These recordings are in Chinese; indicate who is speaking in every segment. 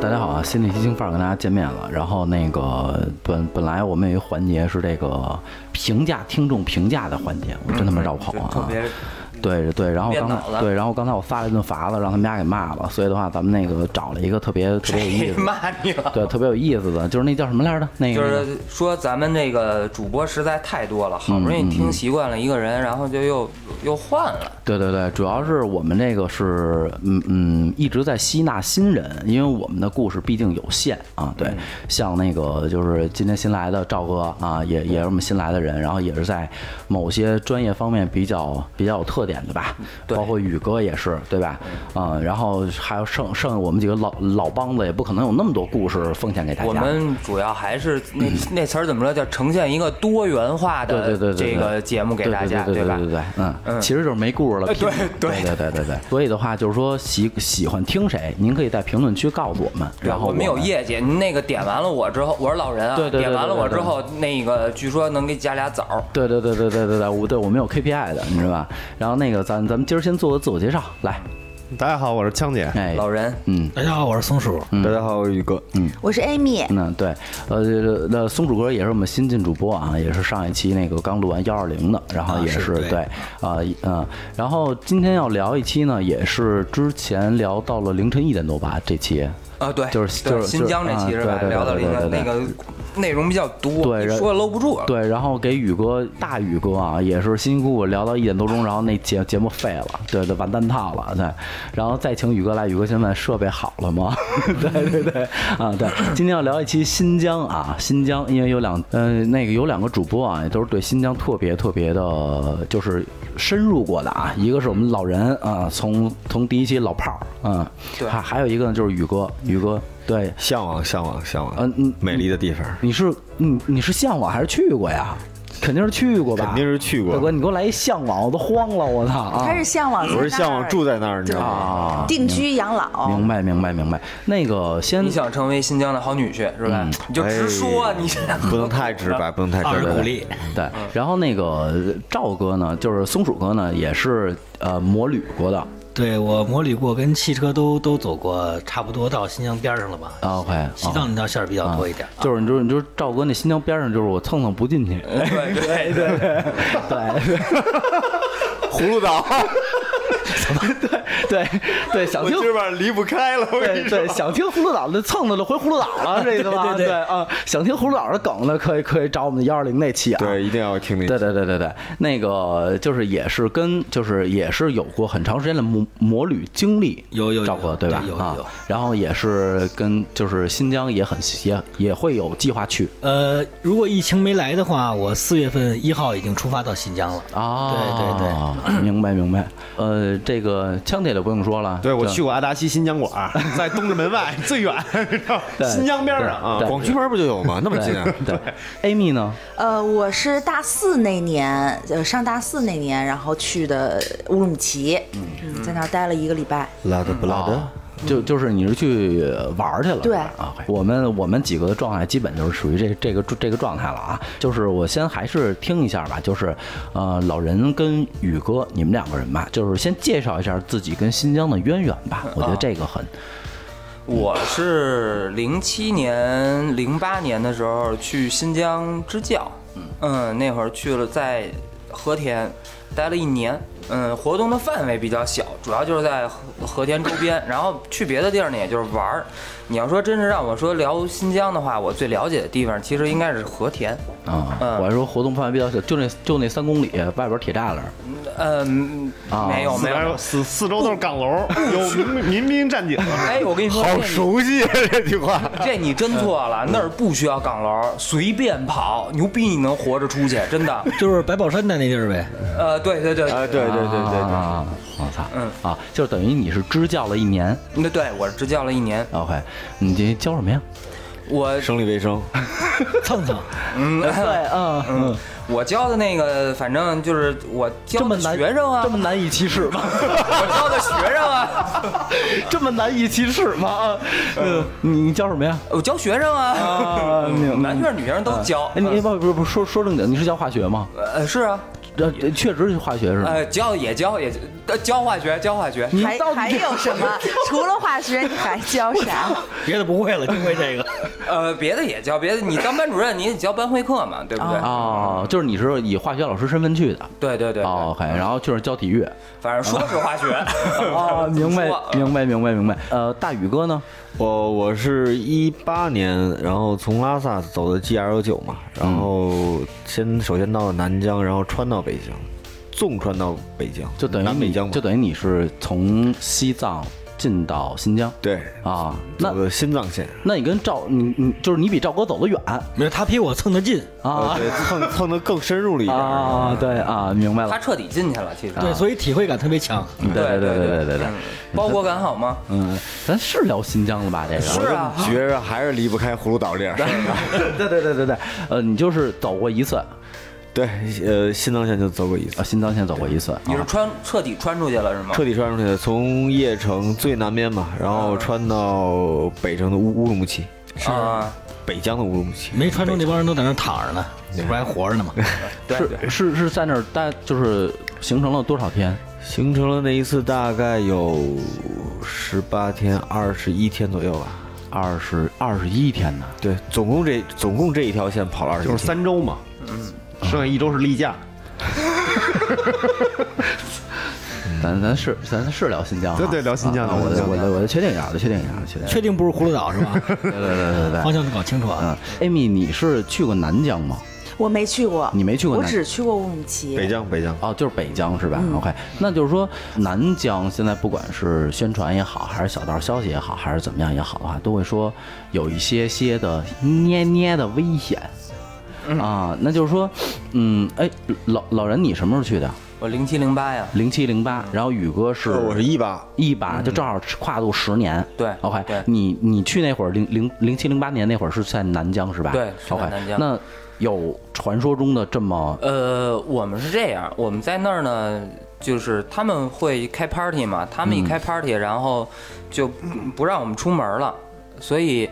Speaker 1: 大家好啊！新的一期京范儿跟大家见面了。然后那个本本来我们有一环节是这个评价听众评价的环节，我真他妈绕跑
Speaker 2: 就
Speaker 1: 啊！
Speaker 2: 特别
Speaker 1: 对对，然后
Speaker 2: 练
Speaker 1: 刚
Speaker 2: 脑子
Speaker 1: 才对，然后刚才我发了一顿法子，让他们家给骂了。所以的话，咱们那个找了一个特别特别有意
Speaker 2: 谁
Speaker 1: 思的，
Speaker 2: 骂你了？
Speaker 1: 对，特别有意思的，就是那叫什么来着？那个
Speaker 2: 哎就是说咱们这个主播实在太多了，好
Speaker 1: 嗯
Speaker 2: 不容易听习惯了一个人，然后就又又换了。
Speaker 1: 对对对，主要是我们这个是，嗯嗯，一直在吸纳新人，因为我们的故事毕竟有限啊。对，
Speaker 2: 嗯
Speaker 1: 像那个就是今天新来的赵哥啊，也
Speaker 2: 嗯
Speaker 1: 也是我们新来的人，然后也是在某些专业方面比较比较有特点的吧，
Speaker 2: 嗯对
Speaker 1: 包括宇哥也是，对吧？嗯，然后还有剩剩下我们几个老老帮子，也不可能有那么多故事奉献给大家。
Speaker 2: 我们主要还是那那词儿怎么说？叫呈现一个多元化
Speaker 1: 嗯对
Speaker 2: 的
Speaker 1: 对对对
Speaker 2: 这
Speaker 1: 对
Speaker 2: 个节目给大家，
Speaker 1: 对
Speaker 2: 吧
Speaker 1: 对？对对，嗯
Speaker 2: 嗯
Speaker 1: 其实就是没故事了，
Speaker 2: 呃对
Speaker 1: 拼
Speaker 2: 对
Speaker 1: 对对对对。所以的话，就是说喜喜欢听谁，您可以在评论区告诉我们，
Speaker 2: 对
Speaker 1: 然后
Speaker 2: 我们有
Speaker 1: 业。
Speaker 2: 业绩，那个点完了我之后，我是老人啊，
Speaker 1: 对对对
Speaker 2: 点完了我之
Speaker 1: 对对对
Speaker 2: 后，那个据说能给加俩枣儿。
Speaker 1: 对对对对对对对，我对我们有 KPI 的，你知道吧？然后那个咱咱们今儿先做个自我介绍，来，
Speaker 3: 大家好，我是枪姐。
Speaker 1: 哎，
Speaker 2: 老人，
Speaker 1: 嗯。
Speaker 4: 大家好，我是 松鼠。
Speaker 3: 大家好，我是宇哥。
Speaker 5: 我是 Amy，
Speaker 1: 嗯，对，呃，这个那松鼠哥也是我们新进主播啊，也是上一期那个刚录完幺二零的，然后也是,、
Speaker 4: 是对
Speaker 1: 对，啊、嗯、然后今天要聊一期呢，也是之前聊到了凌晨一点多吧，这期，
Speaker 2: 啊，对，
Speaker 1: 就是
Speaker 2: 对
Speaker 1: 就是
Speaker 2: 新疆这期是吧
Speaker 1: 啊？对对对
Speaker 2: 聊到了一个
Speaker 1: 对对对
Speaker 2: 那个内容比较多，
Speaker 1: 对
Speaker 2: 你
Speaker 1: 然
Speaker 2: 说搂不住。
Speaker 1: 对，然后给宇哥大宇哥啊，也是辛辛苦苦聊到一点多钟，然后那节节目废了，对对，完蛋套了，对，然后再请宇哥来，宇哥先问设备好了吗？ 对对对，啊对，今天要聊一期新疆啊，新疆，因为有两呃那个有两个主播啊，也都是对新疆特别特别的，就是深入过的啊，一个是我们老人啊，从从第一期老炮儿，嗯，
Speaker 2: 对
Speaker 1: 还还有一个呢就是宇哥，宇哥，对，
Speaker 3: 向往，向往，向往。
Speaker 1: 嗯嗯
Speaker 3: 美丽的地方，
Speaker 1: 你是你你是向往还是去过呀？肯定是去过吧？
Speaker 3: 肯定是去
Speaker 1: 大哥，
Speaker 3: 过。
Speaker 1: 你给我来一向往，我都慌了，我操！啊
Speaker 5: 他是向往在那儿，
Speaker 3: 我是向往住在那儿，你知道吗？
Speaker 1: 啊，
Speaker 5: 定居养老
Speaker 1: 明。白明白明白。那个先
Speaker 2: 你想成为新疆的好女婿是吧？你就直说，
Speaker 3: 嗯哎
Speaker 2: 你这
Speaker 3: 不能太直
Speaker 1: 啊
Speaker 3: 白，不能太
Speaker 4: 二
Speaker 3: 直
Speaker 4: 人鼓
Speaker 3: 白。
Speaker 4: 励，
Speaker 1: 对，然后那个赵哥呢，就是松鼠哥呢，也是呃摩旅过的。
Speaker 4: 对我摩旅过，跟汽车都都走过，差不多到新疆边儿上了吧？
Speaker 1: 啊 OK，啊
Speaker 4: 西藏那条线儿比较多一点。
Speaker 1: 就是你就是你就是赵哥那新疆边上，就是我蹭蹭不进去。
Speaker 2: 对对对对，
Speaker 1: 对
Speaker 3: 葫芦岛，
Speaker 1: 对对，想
Speaker 3: 我
Speaker 1: 听
Speaker 3: 今儿晚上离不开了。我 跟
Speaker 1: 对
Speaker 3: 你说，
Speaker 1: 对，想听葫芦岛的蹭蹭就回葫芦岛了，这意思吧？
Speaker 4: 对对对
Speaker 1: 啊，想听葫芦岛的梗呢，可以可以找我们幺二零那期啊。
Speaker 3: 对，一定要听那
Speaker 1: 对对对对对，那个就是也是跟就是也是有过很长时间的摩摩旅经历，
Speaker 4: 有有有
Speaker 1: 赵哥对吧？
Speaker 4: 对有
Speaker 1: 啊
Speaker 4: 有，
Speaker 1: 然后也是跟就是新疆也很也也会有计划去
Speaker 4: 呃，如果疫情没来的话，我四月份一号已经出发到新疆了。
Speaker 1: 啊
Speaker 4: 对
Speaker 1: 对对，明白明白。呃，这个枪铁就不用说了，
Speaker 3: 对，我
Speaker 1: 就
Speaker 3: 去过阿达西新 疆馆，在东直门外最远，你知道
Speaker 1: 对
Speaker 3: 新疆边上啊，
Speaker 1: 对
Speaker 3: 广渠门不就有吗？那么近啊，
Speaker 1: 对 对，Amy 呢？
Speaker 5: 呃，我是大四那年，呃，上大四那年，然后去的乌鲁木齐，嗯，在那儿待了一个礼拜。
Speaker 3: 拉的不拉
Speaker 1: 哦
Speaker 3: 的。
Speaker 1: 就就是你是去玩儿去了，
Speaker 5: 对
Speaker 1: 是吧啊，我们我们几个的状态基本就是属于这这个这个状态了啊。就是我先还是听一下吧，就是呃，老人跟宇哥你们两个人吧，就是先介绍一下自己跟新疆的渊源吧。我觉得这个很
Speaker 2: 我是零七年、零八年的时候去新疆支教，嗯，那会儿去了在和田待了一年，嗯，活动的范围比较小，主要就是在和和田周边，然后去别的地儿呢，也就是玩儿。你要说真是让我说聊新疆的话，我最了解的地方其实应该是和田，
Speaker 1: 啊，
Speaker 2: 嗯
Speaker 1: 我还说活动范围比较小，就那就那三公里外边铁栅栏，
Speaker 2: 嗯，
Speaker 1: 啊
Speaker 2: 没有
Speaker 3: 四
Speaker 2: 没有，
Speaker 3: 边四四周都是岗 楼，有民民兵战警。
Speaker 2: 哎，我跟你说，
Speaker 3: 好
Speaker 2: 这你
Speaker 3: 熟悉啊这句话。
Speaker 2: 这你真错
Speaker 1: 嗯
Speaker 2: 了，那儿不需要岗楼，随便跑，牛逼你能活着出去，真的。
Speaker 4: 就是白宝山的那地儿呗。
Speaker 2: 呃，对对对，
Speaker 3: 哎，对对对对对。
Speaker 1: 啊，我操，
Speaker 2: 嗯
Speaker 1: 啊，就是等于你是支教了一年
Speaker 2: 那对我支教了一年，
Speaker 1: ，OK，你这教什么呀？
Speaker 2: 我
Speaker 3: 生理卫生，
Speaker 4: 蹭蹭，
Speaker 2: 嗯，
Speaker 1: 对，嗯
Speaker 2: 嗯，我教的那个，反正就是我
Speaker 1: 这
Speaker 2: 教
Speaker 1: 么
Speaker 2: 的
Speaker 1: 难
Speaker 2: 学生啊
Speaker 1: 这，么难以启齿吗？
Speaker 2: 我教的学生啊，
Speaker 1: 这么难以启齿吗？啊，呃，你你教什么呀？
Speaker 2: 我教学生啊，
Speaker 1: 啊，明白
Speaker 2: 男学生女学生都教。
Speaker 1: 哎，你不不不说说正经，你是教化学吗？
Speaker 2: 呃是啊，
Speaker 1: 呃，确实是化学是吗？
Speaker 2: 呃教也教也呃教化学教化学，
Speaker 1: 嗯你
Speaker 5: 还
Speaker 1: 到
Speaker 5: 还
Speaker 1: 底
Speaker 5: 有什么？除了化学，你还教啥？
Speaker 4: 别的不会了，就会这个。
Speaker 2: 呃别的也教，别的你当班主任你也教班会课嘛，对不对？
Speaker 1: 哦，就是你是以化学老师身份去的。
Speaker 2: 对对对，对
Speaker 1: 哦，OK，然后就是教体育。
Speaker 2: 反正说是化学，
Speaker 1: 哦，明白
Speaker 2: 说，啊呃
Speaker 1: 明白，明白，明白。呃，大宇哥呢？
Speaker 6: 我我是一八年，然后从拉萨走的 G L 九嘛，然后先首先到南疆，然后穿到北京，纵穿到北京，
Speaker 1: 就等于
Speaker 6: 南北
Speaker 1: 你
Speaker 6: 疆嘛，
Speaker 1: 就等于你是从西藏进到新疆
Speaker 6: 对，
Speaker 1: 啊？那
Speaker 6: 走的新藏线，
Speaker 1: 那你跟赵，你你就是你比赵哥走得远
Speaker 4: 没有，他比我蹭得近。
Speaker 1: 啊
Speaker 6: 呃对，蹭蹭的更深入了一 点。
Speaker 1: 啊，对啊，明白
Speaker 2: 他
Speaker 1: 了。
Speaker 2: 彻底进去了，其实。
Speaker 1: 啊
Speaker 4: 对，所以体会感特别强。
Speaker 1: 嗯对对对对对对
Speaker 2: 嗯，包裹感好吗？
Speaker 1: 嗯，咱是聊新疆了吧？这个
Speaker 2: 是啊，
Speaker 6: 觉着还是离不开葫芦岛这样，
Speaker 1: 对对对对对，呃，你就是走过一次啊，
Speaker 6: 对，呃，新藏线就走过一次，
Speaker 1: 新疆线走过一次啊
Speaker 2: 你是穿彻底穿出去了是吗？
Speaker 6: 彻底穿出去的，从叶城最南边嘛，然
Speaker 1: 啊
Speaker 6: 后穿到北城的乌乌鲁木齐，
Speaker 2: 啊，
Speaker 6: 北疆的乌鲁木齐，
Speaker 4: 没穿出那帮人都在那儿躺着呢，这不还活着呢吗？
Speaker 2: 对对
Speaker 1: 是是是在那儿待，就是形成了多少天？
Speaker 6: 形成了那一次大概有十八天、二十一天左右吧。
Speaker 1: 二十二十一天呢？
Speaker 6: 对，总共这总共这一条线跑了二十
Speaker 3: 就是三周嘛，嗯，剩下一周是例假。
Speaker 1: 咱咱是咱是嗯聊新疆啊，
Speaker 3: 对对聊新疆
Speaker 1: 啊
Speaker 3: 聊
Speaker 1: 我
Speaker 3: 新
Speaker 1: 得
Speaker 3: 疆
Speaker 1: 我得我得确定一下，我得确定一下，我得确定一下。
Speaker 4: 确定不是葫芦岛是吧？
Speaker 1: 对对对对对
Speaker 4: 方
Speaker 1: 对。
Speaker 4: 向得搞清楚
Speaker 1: 嗯
Speaker 4: 啊。
Speaker 1: ，Amy，你是去过南疆吗？
Speaker 5: 我没去过，
Speaker 1: 你没去过
Speaker 5: 我
Speaker 1: 南
Speaker 5: 只去过乌鲁木齐。
Speaker 6: 北疆北疆。
Speaker 1: 哦，就是北疆是吧、o k 那就是说南疆现在不管是宣传也好，还是小道消息也好，还是怎么样也好的啊话，都会说有一些些的捏捏的危险、啊。那就是说，嗯，哎，老老人你什么时候去的？
Speaker 2: 我零七零八呀，
Speaker 1: 零七零八，然后宇哥是
Speaker 6: 我是一八，
Speaker 1: 一八，就正好跨度十年。
Speaker 2: 哦对
Speaker 1: ，OK，
Speaker 2: 对
Speaker 1: 你你去那会儿零零零七零八年那会儿是在南疆是吧？
Speaker 2: 对是在
Speaker 1: ，OK，
Speaker 2: 南疆
Speaker 1: 那有传说中的这么
Speaker 2: 呃，我们是这样，我们在那儿呢，就是他们会开 party 嘛，他们一开 party，、然后就不让我们出门了，所以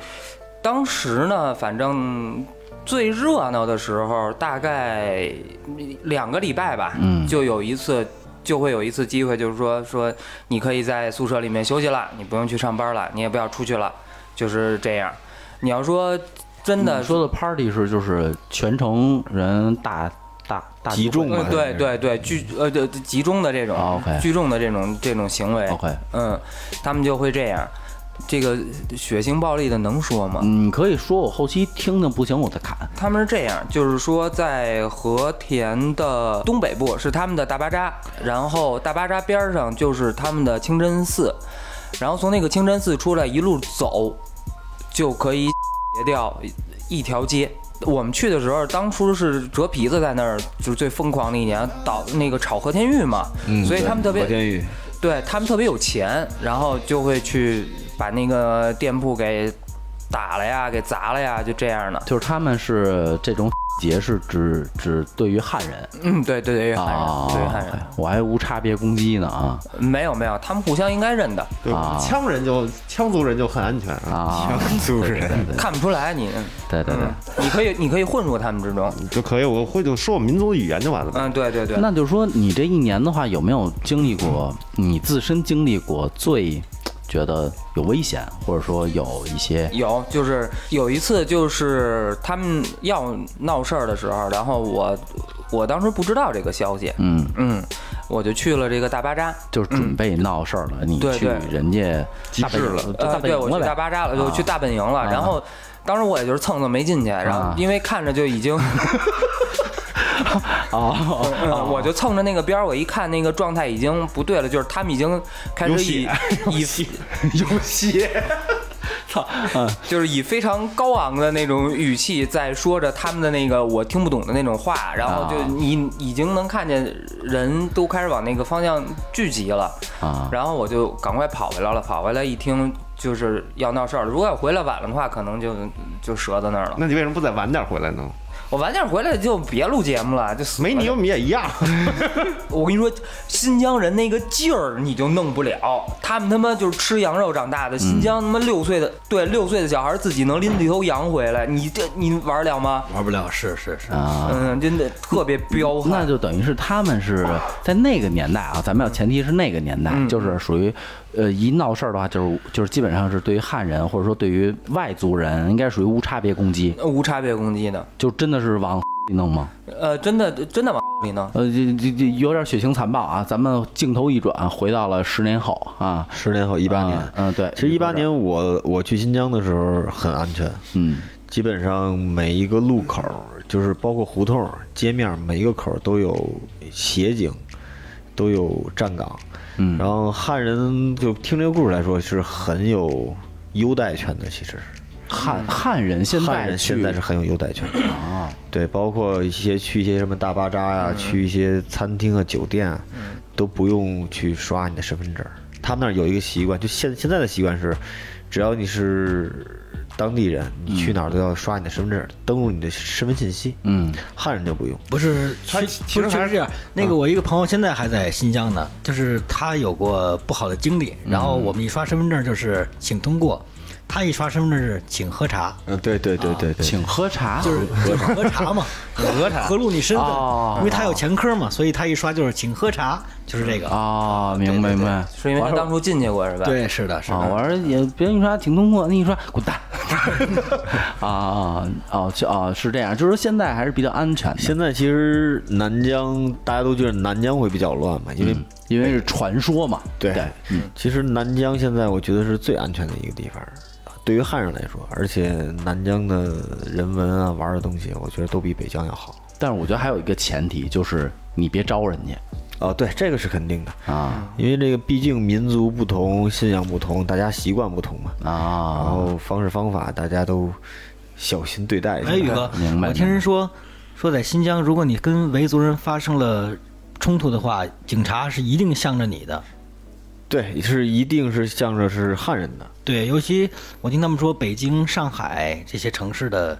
Speaker 2: 当时呢，反正最热闹的时候，大概两个礼拜吧，
Speaker 1: 嗯
Speaker 2: 就有一次。就会有一次机会，就是说说你可以在宿舍里面休息了，你不用去上班了，你也不要出去了，就是这样。你要说真的
Speaker 1: 你说的 party 是就是全城人大大大
Speaker 6: 集中嘛
Speaker 2: 嗯，对对对，聚呃对集中的这种、
Speaker 1: 啊，OK
Speaker 2: 聚众的这种这种行为
Speaker 1: OK，
Speaker 2: 嗯，他们就会这样。这个血腥暴力的能说吗？
Speaker 1: 你嗯可以说我后期听听不行我再砍。
Speaker 2: 他们是这样，就是说在和田的东北部是他们的大巴扎，然后大巴扎边儿上就是他们的清真寺，然后从那个清真寺出来一路走，就可以截掉一条街。我们去的时候，当初是折皮子在那儿，就是最疯狂的一年，倒那个炒和田玉嘛，所以他们特别
Speaker 6: 嗯和田玉，
Speaker 2: 对他们特别有钱，然后就会去把那个店铺给打了呀，给砸了呀，就这样的。
Speaker 1: 就是他们是这种 节是只只对于汉人
Speaker 2: 嗯，对对对，汉
Speaker 1: 啊
Speaker 2: 人，对汉
Speaker 1: OK，
Speaker 2: 人，
Speaker 1: 我还无差别攻击呢啊
Speaker 2: 没有没有，他们互相应该认的，
Speaker 3: 对
Speaker 1: 啊，
Speaker 3: 羌人就羌族人就很安全啊，
Speaker 1: 啊！
Speaker 6: 族人
Speaker 2: 看不出来你，嗯
Speaker 1: 对对对。
Speaker 2: 你可以你可以混入他们之中。
Speaker 3: 就可以。我会就说我们民族的语言就完了。
Speaker 2: 嗯，对对对，
Speaker 1: 那就是说，你这一年的话，有没有经历过你自身经历过最觉得有危险，或者说有一些
Speaker 2: 有，就是有一次，就是他们要闹事儿的时候，然后我我当时不知道这个消息，
Speaker 1: 嗯，
Speaker 2: 嗯，我就去了这个大巴扎，
Speaker 1: 就是准备闹事儿了，你
Speaker 2: 嗯对
Speaker 1: 去
Speaker 2: 对
Speaker 1: 人家大本营就
Speaker 2: 呃，
Speaker 1: 大本
Speaker 2: 对，
Speaker 1: 营了
Speaker 2: 我去
Speaker 1: 呗啊
Speaker 2: 大巴扎了，就去大本营了。然后当时我也就是蹭蹭没进去，然后
Speaker 1: 啊
Speaker 2: 因为看着就已经，
Speaker 1: 哦，
Speaker 2: 嗯我就蹭着那个边儿，我一看那个状态已经不对了，就是他们已经开始以以嗯
Speaker 3: 有戏，
Speaker 2: 就是以非常高昂的那种语气在说着他们的那个我听不懂的那种话，然后就
Speaker 1: 啊
Speaker 2: 你已经能看见人都开始往那个方向聚集了。
Speaker 1: 啊，
Speaker 2: 然后我就赶快跑回来了，跑回来一听就是要闹事儿了。如果要回来晚了的话，可能就就折在那儿了。
Speaker 3: 那你为什么不再晚点回来呢？
Speaker 2: 我晚点回来就别录节目了，就死了
Speaker 3: 没你我们也一样。
Speaker 2: 我跟你说，新疆人那个劲儿你就弄不了，他们他妈就是吃羊肉长大的。新疆他妈六岁的，对六岁的小孩自己能拎着一头羊回来，你这你玩得了吗？
Speaker 4: 玩不了，是是是，
Speaker 1: 啊。
Speaker 2: 嗯，真的特别彪
Speaker 1: 那
Speaker 2: 悍。
Speaker 1: 就等于是他们是在那个年代啊，咱们要前提是那个年代，
Speaker 6: 嗯
Speaker 1: 就是属于，呃，一闹事儿的话，就是就是基本上是对于汉人或者说对于外族人，应该属于无差别攻击，
Speaker 2: 无差别攻击的，
Speaker 1: 就真的是往 里弄吗？
Speaker 2: 呃，真的真的往里弄。
Speaker 1: 呃，这这这有点血腥残暴啊！咱们镜头一转，回到了十年后啊，
Speaker 6: 十年后一八年
Speaker 1: 啊，嗯，对，
Speaker 6: 其实一八年我我去新疆的时候很安全，
Speaker 1: 嗯，
Speaker 6: 基本上每一个路口，就是包括胡同、街面，每一个口都有协警，都有站岗。
Speaker 1: 嗯
Speaker 6: 然后汉人就听这个故事来说是很有优待权的，其实
Speaker 1: 汉汉人现
Speaker 6: 嗯汉
Speaker 1: 在
Speaker 6: 人现
Speaker 1: 去
Speaker 6: 在是很有优待权的。
Speaker 1: 啊，嗯
Speaker 6: 对，包括一些去一些什么大巴扎呀、去一些餐厅啊、酒店啊，都不用去刷你的身份证儿。他们那儿有一个习惯，就现现在的习惯是，只要你是当地人，你去哪儿都要刷你的身份证儿，登录你的身份信息。
Speaker 1: 嗯，
Speaker 6: 汉人就不用。
Speaker 4: 不是，
Speaker 3: 他
Speaker 4: 其
Speaker 3: 其实
Speaker 4: 不是
Speaker 3: 还
Speaker 4: 就是是这样。那个我一个朋友现在还在新疆呢，就是他有过不好的经历，然后我们一刷身份证就是请通过，他一刷身份证是请喝茶，
Speaker 6: 嗯，对对对对对
Speaker 1: 请喝茶，
Speaker 4: 就是就是喝茶嘛，喝茶合录你身份
Speaker 1: 哦，
Speaker 4: 因为他有前科嘛，所以他一刷就是请喝茶，就是这个。
Speaker 1: 啊，明白明白，
Speaker 2: 是因为他当初进去过是吧？，
Speaker 4: 对，是的，是
Speaker 1: 啊，
Speaker 4: 的。
Speaker 1: 我说也别跟你说挺通过，那你说滚 蛋啊啊哦就啊是这样，就是说现在还是比较安全的，
Speaker 6: 现在其实南疆大家都觉得南疆会比较乱嘛，因为、
Speaker 1: 因为是传说嘛，
Speaker 6: 对嗯
Speaker 1: 对，
Speaker 6: 其实南疆现在我觉得是最安全的一个地方，对于汉人来说，而且南疆的人文啊、玩儿的东西，我觉得都比北疆要好。
Speaker 1: 但是我觉得还有一个前提就是你别招人家
Speaker 6: 哦，对，这个是肯定的，
Speaker 1: 啊
Speaker 6: 因为这个毕竟民族不同、信仰不同，大家习惯不同嘛，然
Speaker 1: 啊，
Speaker 6: 后方式方法大家都小心对待一下。
Speaker 4: 哎，宇哥，
Speaker 1: 明白
Speaker 4: 我听人说，说在新疆，如果你跟维族人发生了冲突的话，警察是一定向着你的。
Speaker 6: 对，是一定是向着是汉人的，
Speaker 4: 对，尤其我听他们说，北京、上海这些城市的，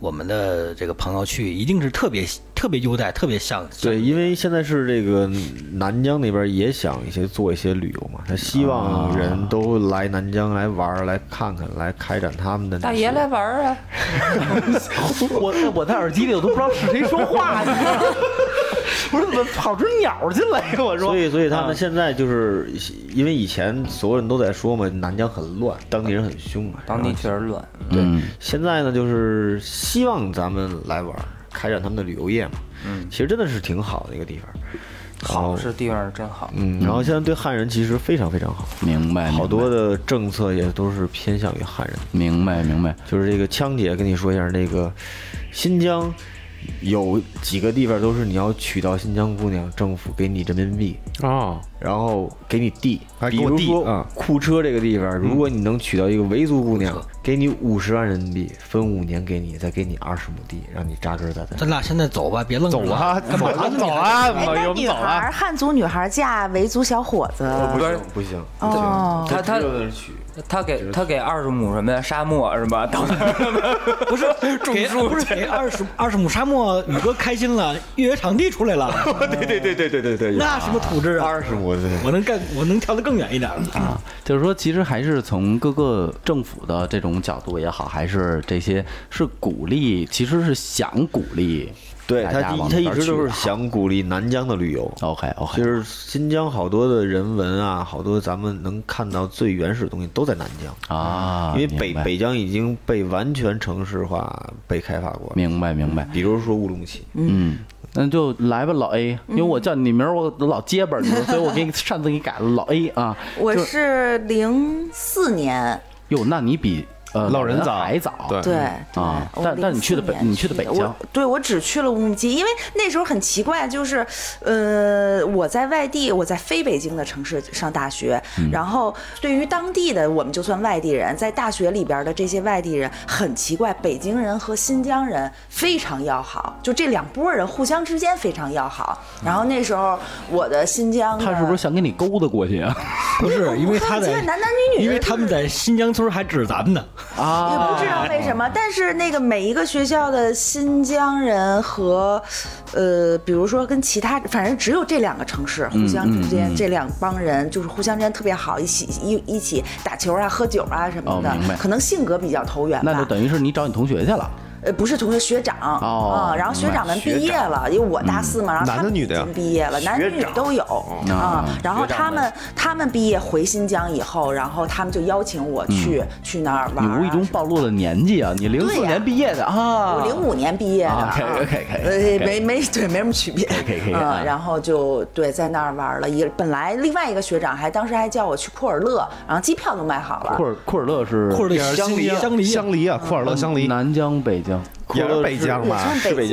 Speaker 4: 我们的这个朋友去，一定是特别特别优待，特别像。
Speaker 6: 对，因为现在是这个南疆那边也想一些做一些旅游嘛，他希望人都来南疆来玩儿、来看看、来开展他们的那
Speaker 2: 大
Speaker 6: 些
Speaker 2: 爷来玩儿啊！
Speaker 1: 我我在耳机里我都不知道是谁说话，你知道吗？我说怎么跑只鸟进来呀？我
Speaker 6: 所以，所以他
Speaker 2: 啊
Speaker 6: 们现在就是因为以前所有人都在说嘛，南疆很乱，当地人很凶嘛。
Speaker 2: 当地确实乱，
Speaker 1: 嗯
Speaker 6: 对，现在呢就是希望咱们来玩儿，开展他们的旅游业嘛。嗯，其实真的是挺好的一个地方。
Speaker 2: 好是地方真好。
Speaker 6: 嗯，然后现在对汉人其实非常非常好，
Speaker 1: 明白，
Speaker 6: 好多的政策也都是偏向于汉人的。
Speaker 1: 明白明白，
Speaker 6: 就是这个枪姐跟你说一下，那个新疆有几个地方都是你要娶到新疆姑娘，政府给你人民币，
Speaker 3: 哦，
Speaker 6: 然后给你地，
Speaker 3: 还
Speaker 6: 比
Speaker 3: 给我
Speaker 6: 如
Speaker 3: 地
Speaker 6: 说
Speaker 3: 啊嗯
Speaker 6: 库车这个地方，如果你能娶到一个维族姑娘，给你五十万人民币，分五年给你，再给你二十亩地，让你扎根在这。
Speaker 4: 咱俩现在走吧，别愣着
Speaker 3: 走啊，走啊，走啊，
Speaker 5: 哎，
Speaker 3: 老爷
Speaker 5: 那
Speaker 3: 我们
Speaker 5: 女
Speaker 3: 走
Speaker 5: 孩
Speaker 3: 啊
Speaker 5: 儿，。汉族女孩儿嫁维族小伙子，
Speaker 2: 不是
Speaker 6: 不行，不行，
Speaker 5: 哦
Speaker 6: 这
Speaker 2: 他他
Speaker 6: 这个娶
Speaker 2: 他给他给二十亩什么呀？沙漠是吧？ 到 那儿不是 种
Speaker 4: 给
Speaker 2: 树
Speaker 4: 不是
Speaker 2: 去
Speaker 4: 给二十二十亩沙漠，宇哥开心了，越野场地出来 了，
Speaker 6: 对对对对对对对，
Speaker 4: 那什么土质啊！
Speaker 6: 二十亩对。
Speaker 4: 我能干，我能跳得更远一点了。
Speaker 6: 嗯
Speaker 3: 嗯
Speaker 1: 啊，就是说，其实还是从各个政府的这种角度也好，还是这些是鼓励，其实是想鼓励
Speaker 6: 对
Speaker 1: 大
Speaker 6: 他
Speaker 1: 家
Speaker 6: 第一，
Speaker 1: 往
Speaker 6: 他
Speaker 1: 那
Speaker 6: 一
Speaker 1: 边
Speaker 6: 直都
Speaker 1: 去啊
Speaker 6: 是
Speaker 1: 的
Speaker 6: 想鼓励南疆的旅游，
Speaker 1: OK OK，
Speaker 6: 就是新疆好多的人文啊，好多咱们能看到最原始的东西都在南疆，
Speaker 1: 啊，
Speaker 6: 因为北
Speaker 1: 明白
Speaker 6: 北疆已经被完全城市化、被开发过了。
Speaker 1: 明白明白，
Speaker 6: 比如说乌鲁木齐，
Speaker 1: 嗯，那就来吧，老 A，因为我叫你名儿我老结巴，你
Speaker 5: 嗯
Speaker 1: 说，所以我给你擅自给你改了老 A 啊，
Speaker 5: 我
Speaker 1: 就是
Speaker 5: 零四年，
Speaker 1: 哟，那你比呃
Speaker 3: 老人早
Speaker 1: 还早，
Speaker 3: 对
Speaker 5: 对对
Speaker 1: 啊
Speaker 5: 我
Speaker 1: 但但你去的
Speaker 5: 04
Speaker 1: 北
Speaker 5: 年
Speaker 1: 你去的北
Speaker 5: 我
Speaker 1: 疆
Speaker 5: 对我只去了乌鲁木齐，因为那时候很奇怪，就是呃，我在外地，我在非北京的城市上大学，
Speaker 1: 嗯
Speaker 5: 然后对于当地的我们就算外地人，在大学里边的这些外地人很奇怪，北京人和新疆人非常要好，就这两拨人互相之间非常要好。然后那时候我的新疆的
Speaker 1: 他是不是想给你勾搭过去啊？
Speaker 4: 不是，因为
Speaker 5: 我
Speaker 4: 他
Speaker 5: 看
Speaker 4: 在
Speaker 5: 见男男女女
Speaker 4: 因为
Speaker 5: 的就
Speaker 4: 他们
Speaker 5: 是
Speaker 4: 在新疆村还指咱们呢。
Speaker 5: 也
Speaker 1: 啊，
Speaker 5: 不知道为什么，但是那个每一个学校的新疆人和，呃，比如说跟其他，反正只有这两个城市互相之间、这两帮人就是互相之间特别好，一起一一起打球啊、喝酒啊什么的，
Speaker 1: 哦明白
Speaker 5: 可能性格比较投缘吧。
Speaker 1: 那就等于是你找你同学去了。
Speaker 5: 呃，不是同学，学长啊、
Speaker 1: 哦嗯
Speaker 5: 然后学长们毕业了，因为我大四嘛，然后他
Speaker 6: 男的
Speaker 5: 们
Speaker 6: 女的呀哦
Speaker 5: 已经毕业了，男女都有啊、然后他们他们毕业回新疆以后，然后他们就邀请我去、去那儿玩
Speaker 1: 嗯你
Speaker 5: 儿啊。
Speaker 1: 无意中暴露了年纪啊！你零
Speaker 5: 对
Speaker 1: 四
Speaker 5: 呀
Speaker 1: 年毕业的啊，
Speaker 5: 我零五年毕业的
Speaker 1: 啊
Speaker 5: 啊，
Speaker 1: ，OK，OK，OK，
Speaker 5: 呃
Speaker 1: OK，
Speaker 5: 没没 对，没什么区别，
Speaker 1: 可以可以啊
Speaker 5: 嗯，然后就对在那儿玩了，也本来另外一个学长还当时还叫我去库尔勒，然后机票都买好了，
Speaker 1: 库尔库尔勒是
Speaker 4: 库尔勒
Speaker 3: 香
Speaker 4: 香
Speaker 3: 梨
Speaker 4: 梨，香梨，
Speaker 3: 香梨啊，库尔勒香梨，
Speaker 6: 嗯
Speaker 1: 南疆、北疆，
Speaker 6: 也是北疆
Speaker 5: 也
Speaker 6: 吧？
Speaker 5: 算
Speaker 6: 是
Speaker 1: 啊
Speaker 6: 疆，
Speaker 5: 疆，对
Speaker 6: 北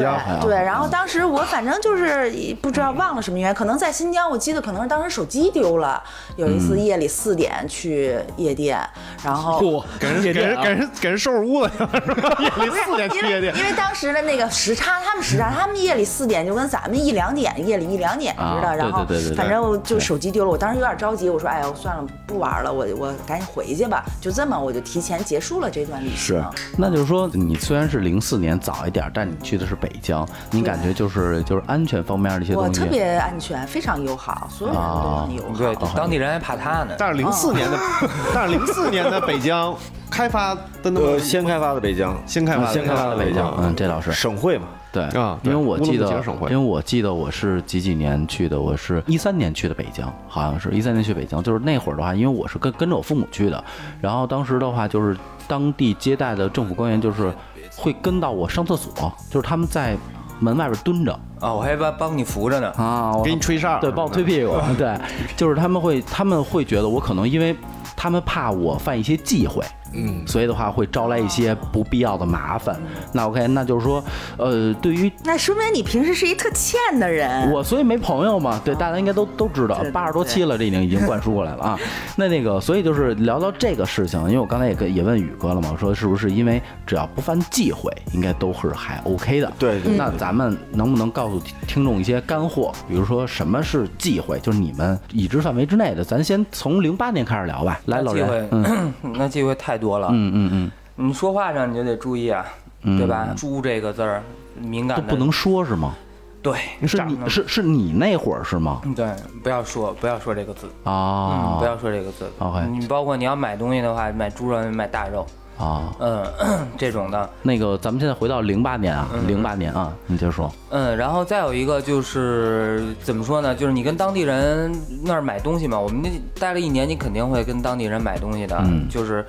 Speaker 6: 疆。
Speaker 1: 好像
Speaker 5: 对。然后当时我反正就是不知道忘了什么原因，可能在新疆，我记得可能是当时手机丢了，有一
Speaker 1: 嗯
Speaker 5: 次夜里四点去夜店，然后
Speaker 4: 嚯，
Speaker 3: 给人给人给人给人收拾屋子去了是 吧？夜里
Speaker 5: 不是
Speaker 3: 四点去夜店
Speaker 5: 因为，因为当时的那个时差，他们时差，他们夜里四点就跟咱们一两点，夜里一两点
Speaker 1: 啊
Speaker 5: 似的。然后
Speaker 1: 对对对对对
Speaker 5: 反正就手机丢了，我当时有点着急，我说哎呦算了，不玩了，我我赶紧回去吧。就这么，我就提前结束了这段旅行。
Speaker 1: 是，那就是说，你虽然是零四年早一点，但你去的是北疆，你感觉就是就是安全方面的一些
Speaker 5: 我
Speaker 1: 东西，
Speaker 5: 特别安全，非常友好，所有人都很友好。
Speaker 2: 对，哦当地人还怕他呢。
Speaker 3: 但是零四年的，
Speaker 6: 啊
Speaker 3: 但是零四年的北疆开发的那么
Speaker 6: 呃，先开发的北疆，
Speaker 3: 先开发的
Speaker 6: 先开发的北疆，
Speaker 1: 嗯这倒是
Speaker 6: 省会嘛。
Speaker 1: 对
Speaker 3: 啊
Speaker 1: 因为
Speaker 3: 对
Speaker 1: 我
Speaker 3: 乌鲁
Speaker 1: 记
Speaker 3: 木
Speaker 1: 得
Speaker 3: 齐是省，会
Speaker 1: 因为我记得我是几几年去的，我是一三年去的北疆，好像是一三年去北疆，就是那会儿的话，因为我是跟跟着我父母去的，然后当时的话就是当地接待的政府官员就是会跟到我上厕所，就是他们在门外边蹲着
Speaker 2: 啊，我还帮帮你扶着呢。
Speaker 1: 啊，我
Speaker 3: 给你吹哨，
Speaker 1: 对，帮我推 屁股，对，就是他们会，他们会觉得我可能因为他们怕我犯一些忌讳，嗯，所以的话会招来一些不必要的麻烦。那 OK，那就是说，呃，对于
Speaker 5: 那说明你平时是一特欠的人。
Speaker 1: 我所以没朋友嘛，对，大家应该都都知道
Speaker 5: 哦对对，
Speaker 1: 八十多期了，这已经已经灌输过来了 啊。那那个，所以就是聊到这个事情，因为我刚才也跟也问宇哥了嘛，我说是不是因为只要不犯忌讳，应该都是还 OK 的。
Speaker 6: 对对对
Speaker 1: 那咱们能不能告诉听听众一些干货？比如说什么是忌讳，就是你们已知范围之内的，咱先从零八年开始聊吧。来，
Speaker 2: 那
Speaker 1: 老
Speaker 2: 机
Speaker 1: 人
Speaker 2: 会，， 那机会太多了。
Speaker 1: 嗯嗯嗯，
Speaker 2: 你说话上你就得注意啊，对吧？“猪”这个字儿敏感
Speaker 1: 都
Speaker 2: 的，
Speaker 1: 不能说是吗？
Speaker 2: 对，
Speaker 1: 是
Speaker 2: 啊长
Speaker 1: 你
Speaker 2: 得
Speaker 1: 是是你那会儿是吗？
Speaker 2: 对，不要说不要说这个字，
Speaker 1: 啊
Speaker 2: 嗯，不要说这个字。
Speaker 1: OK
Speaker 2: 你包括你要买东西的话，买猪肉、买大肉，
Speaker 1: 啊，
Speaker 2: 嗯， 这种的，
Speaker 1: 那个咱们现在回到零八年啊，零八年啊，你接着说。
Speaker 2: 嗯，然后再有一个就是怎么说呢？就是你跟当地人那儿买东西嘛，我们那待了一年，你肯定会跟当地人买东西的。
Speaker 1: 嗯
Speaker 2: 就是